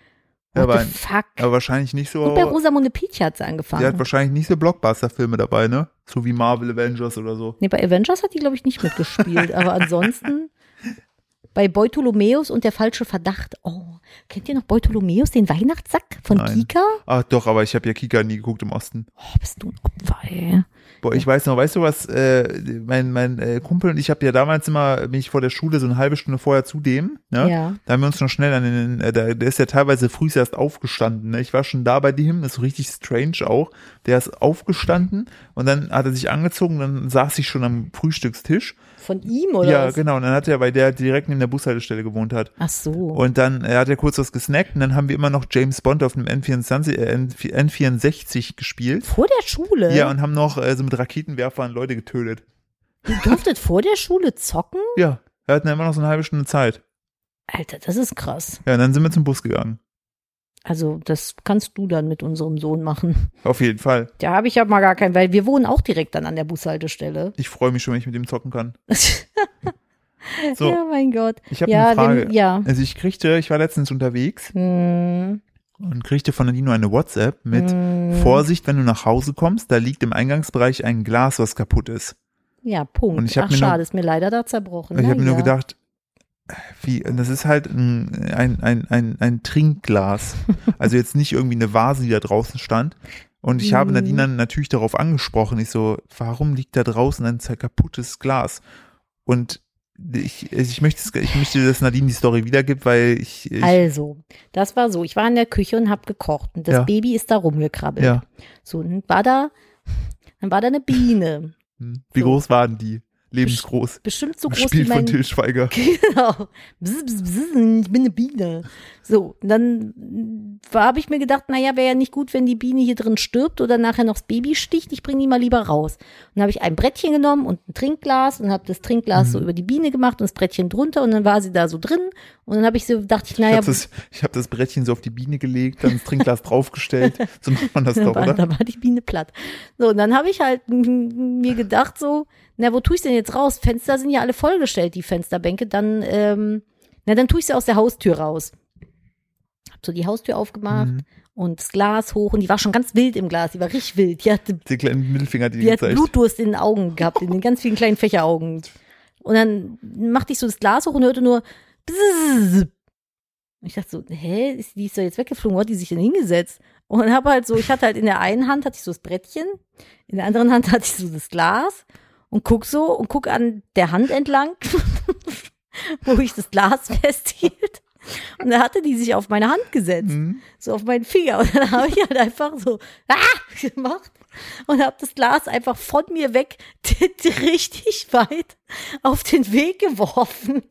S1: Ja,
S2: What
S1: aber-
S2: the fuck?
S1: Aber wahrscheinlich nicht
S2: Und bei
S1: so.
S2: Rosamunde Peach hat sie
S1: Die hat
S2: angefangen.
S1: wahrscheinlich nicht so Blockbuster-Filme dabei, ne? So wie Marvel Avengers oder so.
S2: Nee, bei Avengers hat die, glaube ich, nicht mitgespielt. aber ansonsten bei Beutolomäus und der falsche Verdacht. Oh, kennt ihr noch Beutolomäus, den Weihnachtssack von
S1: Nein.
S2: Kika?
S1: Ach doch, aber ich habe ja Kika nie geguckt im Osten.
S2: Oh, bist du ein Opfer, ey.
S1: Boah, ich weiß noch, weißt du was, äh, mein, mein äh, Kumpel und ich habe ja damals immer, bin ich vor der Schule so eine halbe Stunde vorher zu dem, ne?
S2: Ja.
S1: Da haben wir uns schon schnell an den, äh, der, der ist ja teilweise früh erst aufgestanden, ne? Ich war schon da bei dem, ist so richtig strange auch. Der ist aufgestanden und dann hat er sich angezogen, dann saß ich schon am Frühstückstisch.
S2: Von ihm oder
S1: ja,
S2: was?
S1: genau, und dann hat er, weil der direkt neben der Bushaltestelle gewohnt hat.
S2: Ach so.
S1: Und dann äh, hat er kurz was gesnackt und dann haben wir immer noch James Bond auf dem N24, äh, N64 gespielt.
S2: vor der Schule?
S1: Ja, und haben noch äh, so mit Raketenwerfern Leute getötet.
S2: Ihr durftet vor der Schule zocken?
S1: Ja, wir hatten ja immer noch so eine halbe Stunde Zeit.
S2: Alter, das ist krass.
S1: Ja, und dann sind wir zum Bus gegangen.
S2: Also, das kannst du dann mit unserem Sohn machen.
S1: Auf jeden Fall.
S2: Da habe ich ja mal gar keinen, weil wir wohnen auch direkt dann an der Bushaltestelle.
S1: Ich freue mich schon, wenn ich mit dem zocken kann. So,
S2: ja, mein Gott.
S1: ich habe
S2: ja,
S1: eine Frage.
S2: dem- ja.
S1: Also ich kriegte, ich war letztens unterwegs
S2: Hm,
S1: und kriegte von Nino eine WhatsApp mit
S2: hm,
S1: Vorsicht, wenn du nach Hause kommst, da liegt im Eingangsbereich ein Glas, was kaputt ist.
S2: Ja, Punkt.
S1: Und ich hab
S2: Ach,
S1: mir nur-
S2: schade, ist mir leider da zerbrochen.
S1: Und ich
S2: Na
S1: habe mir nur
S2: ja.
S1: gedacht, wie, und das ist halt ein, ein, ein, ein, ein Trinkglas. Also jetzt nicht irgendwie eine Vase, die da draußen stand. Und ich habe
S2: Mhm.
S1: Nadine dann natürlich darauf angesprochen. Ich so, warum liegt da draußen ein zer- kaputtes Glas? Und ich, ich, möchte, es- ich möchte, dass Nadine die Story wiedergibt, weil ich, ich
S2: Also, das war so. Ich war in der Küche und habe gekocht und das
S1: Ja.
S2: Baby ist da rumgekrabbelt.
S1: ja.
S2: So, dann war da, dann war da eine Biene.
S1: Hm. Wie
S2: So.
S1: groß waren die? Lebensgroß.
S2: Bestimmt so groß
S1: Spiel
S2: wie mein.
S1: von Til Schweiger.
S2: Genau. Bzz, bzz, bzz, ich bin eine Biene. So, und dann habe ich mir gedacht, naja, wäre ja nicht gut, wenn die Biene hier drin stirbt oder nachher noch das Baby sticht. Ich bringe die mal lieber raus. Und dann habe ich ein Brettchen genommen und ein Trinkglas und habe das Trinkglas so über die Biene gemacht und das Brettchen drunter und dann war sie da so drin. Und dann habe ich so, dachte ich,
S1: Ich
S2: naja,
S1: habe das, ich hab das Brettchen so auf die Biene gelegt, dann das Trinkglas draufgestellt. So macht man das
S2: Da
S1: doch,
S2: war,
S1: oder?
S2: da war die Biene platt. So, und dann habe ich halt m- mir gedacht, so, na, wo tue ich denn jetzt raus? Fenster sind ja alle vollgestellt, die Fensterbänke. Dann, ähm, na, dann tue ich sie aus der Haustür raus. Hab so die Haustür aufgemacht
S1: Mhm.
S2: und das Glas hoch. Und die war schon ganz wild im Glas, die war richtig wild. Die hatte
S1: Die kleinen Mittelfinger, die,
S2: die hat
S1: gezeigt.
S2: Blutdurst in den Augen gehabt, in den ganz vielen kleinen Fächeraugen. Und dann machte ich so das Glas hoch und hörte nur Bzzz. Und ich dachte so, hä, ist, die ist doch jetzt weggeflogen, wo hat die sich denn hingesetzt? Und habe halt so, ich hatte halt in der einen Hand hatte ich so das Brettchen, in der anderen Hand hatte ich so das Glas und guck so und guck an der Hand entlang, wo ich das Glas festhielt. Und da hatte die sich auf meine Hand gesetzt
S1: Mhm.
S2: so auf meinen Finger. Und dann habe ich halt einfach so ah! gemacht und habe das Glas einfach von mir weg richtig weit auf den Weg geworfen.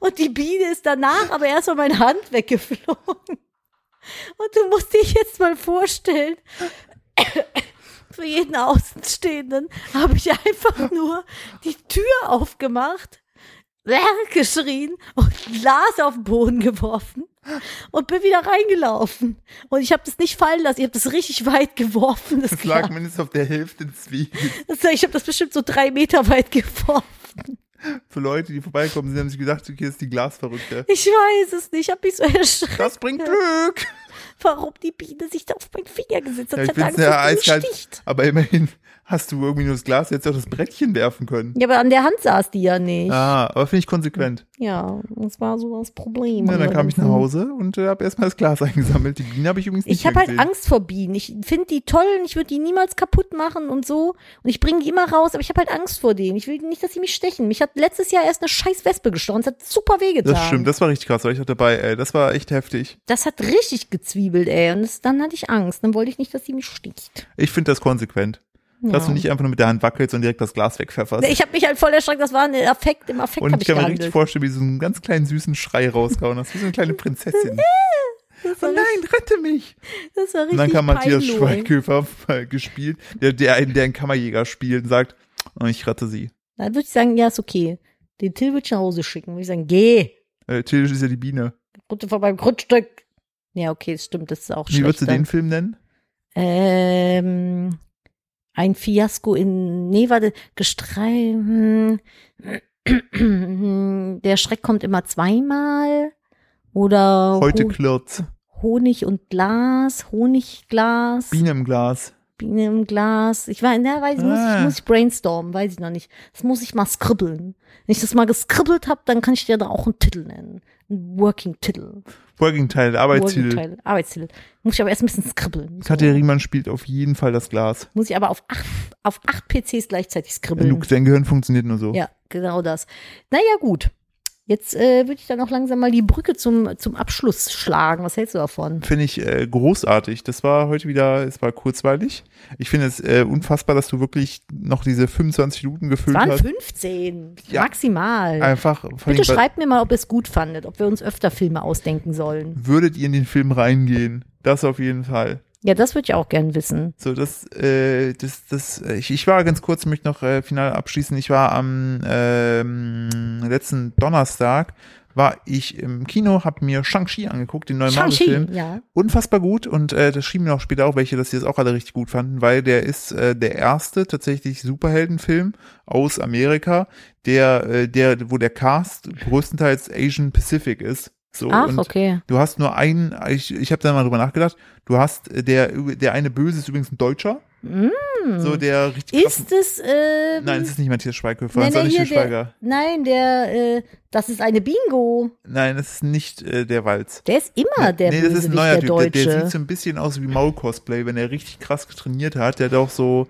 S2: Und die Biene ist danach aber erst mal meine Hand weggeflogen. Und du musst dich jetzt mal vorstellen, für jeden Außenstehenden habe ich einfach nur die Tür aufgemacht, geschrien und Glas auf den Boden geworfen und bin wieder reingelaufen. Und ich habe das nicht fallen lassen, ich habe das richtig weit geworfen. Das
S1: Es lag
S2: Glas.
S1: mindestens auf der Hälfte des Weges.
S2: Also Ich habe das bestimmt so drei Meter weit geworfen.
S1: Für Leute, die vorbeikommen, sie haben sich gedacht, okay, das ist die Glasverrückte.
S2: Ich weiß es nicht, ich habe mich so erschreckt,
S1: Das bringt Glück.
S2: warum die Biene sich da auf meinen Finger gesetzt hat.
S1: Ja, ich
S2: ich hatte
S1: bin's
S2: Angst,
S1: ja
S2: dass die mich
S1: eiskalt.
S2: sticht.
S1: Aber immerhin hast du irgendwie nur das Glas jetzt auch das Brettchen werfen können.
S2: Ja, aber an der Hand saß die ja nicht.
S1: Ah, aber finde ich konsequent.
S2: Ja, das war so das Problem.
S1: Ja, dann kam ich nach
S2: Mhm.
S1: Hause und äh, habe erstmal das Glas eingesammelt. Die Biene habe ich übrigens nicht
S2: Ich habe
S1: mehr
S2: halt
S1: gesehen.
S2: Angst vor Bienen. Ich finde die toll und ich würde die niemals kaputt machen und so. Und ich bringe die immer raus, aber ich habe halt Angst vor denen. Ich will nicht, dass sie mich stechen. Mich hat letztes Jahr erst eine scheiß Wespe gestochen. Das hat super wehgetan.
S1: Das stimmt, das war richtig krass, weil ich auch dabei, ey, das war echt heftig.
S2: Das hat richtig gezwiebelt, ey. Und das, dann hatte ich Angst. Dann wollte ich nicht, dass sie mich sticht.
S1: Ich finde das konsequent. Dass
S2: Ja.
S1: du nicht einfach nur mit der Hand wackelst und direkt das Glas wegpfefferst.
S2: Ich habe mich halt voll erschreckt. Das war ein Affekt. Im Affekt
S1: und
S2: habe
S1: ich
S2: ich
S1: kann mir richtig
S2: gehandelt.
S1: vorstellen, wie so einen ganz kleinen süßen Schrei rausgehauen hast, wie so eine kleine Prinzessin.
S2: Das
S1: Oh
S2: war, richtig-
S1: nein, rette mich!
S2: das war richtig
S1: Und dann kam Matthias
S2: peinlich.
S1: Schweighöfer äh, gespielt, der, der, einen, der einen Kammerjäger spielt und sagt, oh, ich rette sie.
S2: Dann würde ich sagen, ja, ist okay. Den Till würde ich nach Hause schicken. Würde ich sagen, geh.
S1: Äh, Tillich ist ja die Biene.
S2: Runter vor meinem Grundstück. Ja, okay, das stimmt, das ist auch
S1: Wie
S2: schlecht.
S1: würdest du
S2: dann.
S1: den Film nennen?
S2: Ähm, ein Fiasko in, nee, warte, Gestrei, hm, der Schreck kommt immer zweimal. Oder
S1: Heute
S2: Ho-
S1: klirrt's.
S2: Honig und Glas, Honigglas.
S1: Biene im Glas.
S2: Biene im Glas. Ich war, na, weiß, muss,
S1: Ah.
S2: ich, muss ich brainstormen, weiß ich noch nicht. Das muss ich mal skribbeln. Wenn ich das mal geskribbelt habe, dann kann ich dir da auch einen Titel nennen. Einen Working-Titel.
S1: Working-Teil, Arbeitstitel.
S2: Working-Titel. Arbeitstitel. Muss ich aber erst ein bisschen skribbeln. So.
S1: Katja Riemann spielt auf jeden Fall das Glas.
S2: Muss ich aber auf acht, auf acht PCs gleichzeitig skribbeln.
S1: Luke, dein Gehirn funktioniert nur so.
S2: Ja, genau das. Naja, gut. Jetzt äh, würde ich dann auch langsam mal die Brücke zum, zum Abschluss schlagen. Was hältst du davon?
S1: Finde ich äh, großartig. Das war heute wieder, es war kurzweilig. Ich finde es äh, unfassbar, dass du wirklich noch diese 25 Minuten
S2: Es
S1: gefüllt
S2: waren
S1: hast.
S2: 15,
S1: Ja.
S2: maximal.
S1: Einfach, vor
S2: Bitte
S1: allem,
S2: schreibt mir mal, ob ihr es gut fandet, ob wir uns öfter Filme ausdenken sollen.
S1: würdet ihr in den Film reingehen? Das auf jeden Fall.
S2: Ja, das würde ich auch gern wissen.
S1: So, das, äh, das, das, äh, ich, ich war ganz kurz, möchte noch äh, final abschließen. Ich war am ähm, letzten Donnerstag, war ich im Kino, habe mir Shang-Chi angeguckt, den neuen Marvel-Film.
S2: Shang-Chi, ja.
S1: Unfassbar gut und äh, das schrieben mir auch später auch welche, dass sie das auch alle richtig gut fanden, weil der ist äh, der erste tatsächlich Superheldenfilm aus Amerika, der, äh, der, wo der Cast größtenteils Asian Pacific ist. So,
S2: Ach,
S1: Oh, und
S2: okay.
S1: Du hast nur einen, ich, ich habe da mal drüber nachgedacht, du hast, äh, der, der eine Böse ist übrigens ein Deutscher. So der richtig krassen-
S2: Mm. Ist es, äh,
S1: Nein, es ist nicht Matthias Schweighöfer, es
S2: nein,
S1: ist auch
S2: nein,
S1: nicht
S2: hier
S1: Til
S2: der,
S1: Schweiger.
S2: nein, der, äh, das ist eine Bingo.
S1: Nein, es ist nicht äh, der Walz.
S2: Der ist immer der
S1: nee, das
S2: Bösewicht,
S1: ist ein neuer
S2: der
S1: Typ,
S2: Deutsche.
S1: Der, der sieht so ein bisschen aus wie Maul-Cosplay, wenn er richtig krass trainiert hat. Der hat auch so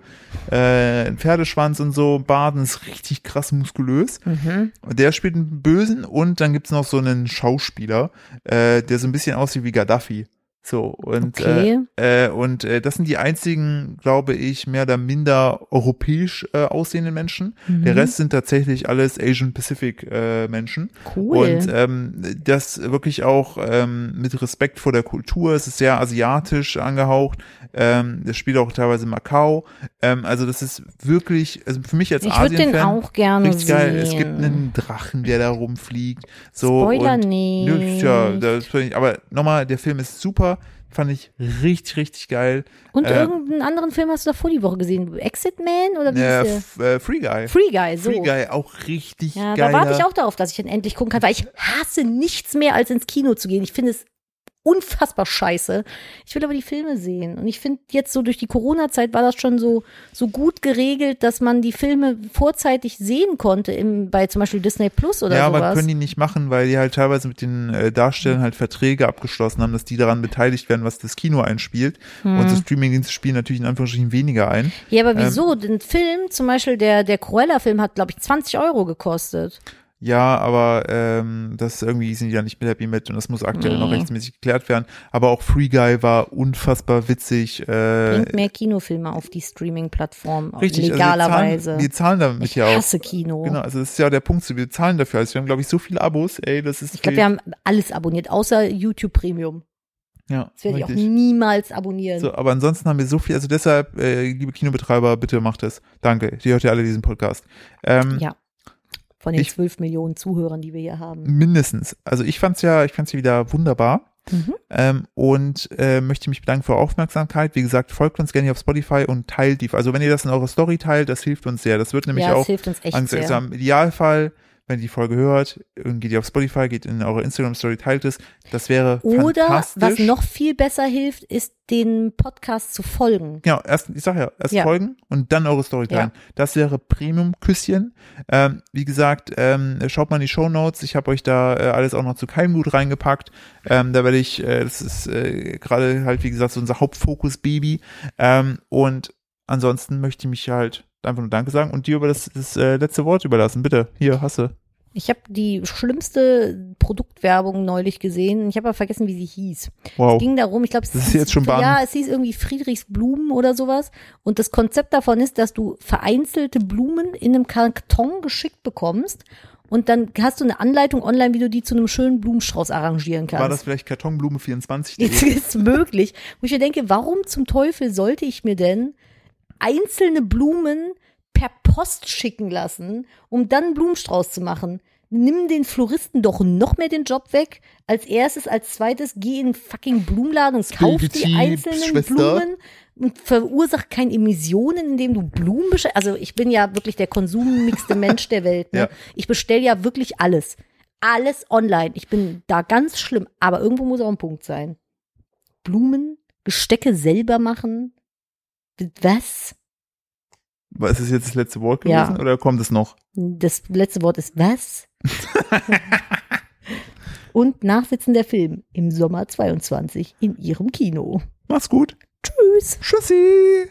S1: äh, einen Pferdeschwanz und so, Baden ist richtig krass muskulös.
S2: Mhm,
S1: Und der spielt einen Bösen und dann gibt's noch so einen Schauspieler, äh, der so ein bisschen aussieht wie Gaddafi. So, und,
S2: Okay.
S1: äh, äh, und äh, das sind die einzigen, glaube ich, mehr oder minder europäisch äh, aussehenden Menschen.
S2: Mhm.
S1: Der Rest sind tatsächlich alles Asian Pacific äh, Menschen.
S2: Cool.
S1: Und ähm, das wirklich auch ähm, mit Respekt vor der Kultur. Es ist sehr asiatisch angehaucht. Ähm, das spielt auch teilweise Macau. Ähm, also das ist wirklich, also für mich als
S2: ich würde den
S1: Asien-Fan
S2: auch gerne
S1: richtig
S2: sehen.
S1: geil. Es gibt einen Drachen, der da rumfliegt. So,
S2: Spoiler
S1: und,
S2: nicht.
S1: Nö, tja, das find ich, aber nochmal, der Film ist super. Fand ich richtig, richtig geil.
S2: Und
S1: äh,
S2: irgendeinen anderen Film hast du davor die Woche gesehen? Exit Man oder wie
S1: Äh,
S2: ist der?
S1: F- äh, Free Guy.
S2: Free Guy, so.
S1: Free Guy, auch richtig
S2: Ja,
S1: geil.
S2: da warte ich auch darauf, dass ich ihn endlich gucken kann, weil ich hasse nichts mehr, als ins Kino zu gehen. Ich finde es unfassbar scheiße. Ich will aber die Filme sehen. Und ich finde jetzt so durch die Corona-Zeit war das schon so, so gut geregelt, dass man die Filme vorzeitig sehen konnte, im, bei zum Beispiel Disney Plus oder
S1: ja,
S2: sowas. Mhm.
S1: aber können die nicht machen, weil die halt teilweise mit den äh, Darstellern halt Verträge abgeschlossen haben, dass die daran beteiligt werden, was das Kino einspielt.
S2: Mhm.
S1: Und so Streamingdienste spielen natürlich in Anführungsstrichen weniger ein.
S2: ja, aber wieso?
S1: Ähm.
S2: Den Film, zum Beispiel der, der Cruella-Film hat, glaube ich, 20 Euro gekostet.
S1: Ja, aber ähm, das irgendwie sind die da nicht mit happy mit und das muss aktuell
S2: Mhm.
S1: noch rechtsmäßig geklärt werden. Aber auch Free Guy war unfassbar witzig. Äh, also
S2: Bringt mehr Kinofilme auf die Streaming-Plattform,
S1: richtig,
S2: legalerweise.
S1: Also wir, zahlen, wir zahlen damit ja auch.
S2: hasse Kino.
S1: Genau, also das ist ja der Punkt, so, wir zahlen dafür. Also wir haben, glaube ich, so viele Abos, ey, das ist
S2: Ich glaube, wir haben alles abonniert, außer YouTube Premium.
S1: ja,
S2: Das werde ich auch
S1: richtig.
S2: niemals abonnieren.
S1: So, aber ansonsten haben wir so viel, also deshalb, äh, liebe Kinobetreiber, bitte macht es. Danke, die hört ja alle diesen Podcast. Ähm,
S2: Ja. Von den
S1: Ich-
S2: zwölf Millionen Zuhörern, die wir hier haben.
S1: Mindestens. Also ich fand's ja, ich fand's ja wieder wunderbar.
S2: Mhm.
S1: Ähm, und äh, möchte mich bedanken für eure Aufmerksamkeit. Wie gesagt, folgt uns gerne auf Spotify und teilt die. Also wenn ihr das in eurer Story teilt, das hilft uns sehr. Das wird nämlich
S2: Ja, das
S1: auch
S2: hilft uns echt sehr.
S1: angstexam. Im Idealfall, wenn ihr die Folge hört, geht ihr auf Spotify, geht in eure Instagram-Story, teilt es. Das wäre
S2: Oder
S1: fantastisch.
S2: was noch viel besser hilft, ist den Podcast zu folgen.
S1: Genau, erst, ich sag ja, erst
S2: Ja.
S1: folgen und dann eure Story teilen. Das wäre Premium-Küsschen. Ähm, wie gesagt, ähm, schaut mal in die Show Notes. Ich habe euch da äh, alles auch noch zu Keimgut reingepackt. Ähm, da werde ich, äh, das ist äh, gerade halt, wie gesagt, so unser Hauptfokus-Baby. Ähm, und ansonsten möchte ich mich halt einfach nur Danke sagen und dir über das, das äh, letzte Wort überlassen. Bitte, hier, hasse.
S2: Ich habe die schlimmste Produktwerbung neulich gesehen. Ich habe aber vergessen, wie sie hieß.
S1: Wow.
S2: ging darum, ich glaube, es
S1: Oh. Das ist
S2: hieß-
S1: jetzt schon Bahn.
S2: Ja, es hieß irgendwie Friedrichs Blumen oder sowas. Und das Konzept davon ist, dass du vereinzelte Blumen in einem Karton geschickt bekommst. Und dann hast du eine Anleitung online, wie du die zu einem schönen Blumenstrauß arrangieren kannst.
S1: War das vielleicht Kartonblume 24?
S2: Jetzt ist möglich. Wo ich mir denke, warum zum Teufel sollte ich mir denn einzelne Blumen per Post schicken lassen, um dann einen Blumenstrauß zu machen? Nimm den Floristen doch noch mehr den Job weg. Als erstes, als zweites, geh in den fucking Blumenladen und kauf die
S1: Spiegeltee,
S2: einzelnen
S1: Schwester.
S2: Blumen und verursach keine Emissionen, indem du Blumen bestellst. Also ich bin ja wirklich der konsummixte Mensch der Welt. Ne?
S1: Ja.
S2: Ich bestelle ja wirklich alles. Alles online. Ich bin da ganz schlimm. Aber irgendwo muss auch ein Punkt sein. Blumen, Gestecke selber machen. Was?
S1: Was ist jetzt das letzte Wort
S2: Ja.
S1: gewesen oder kommt es noch?
S2: Das letzte Wort ist was? Und nachsitzen der Film im Sommer 22 in ihrem Kino.
S1: Mach's gut.
S2: Tschüss.
S1: Tschüssi.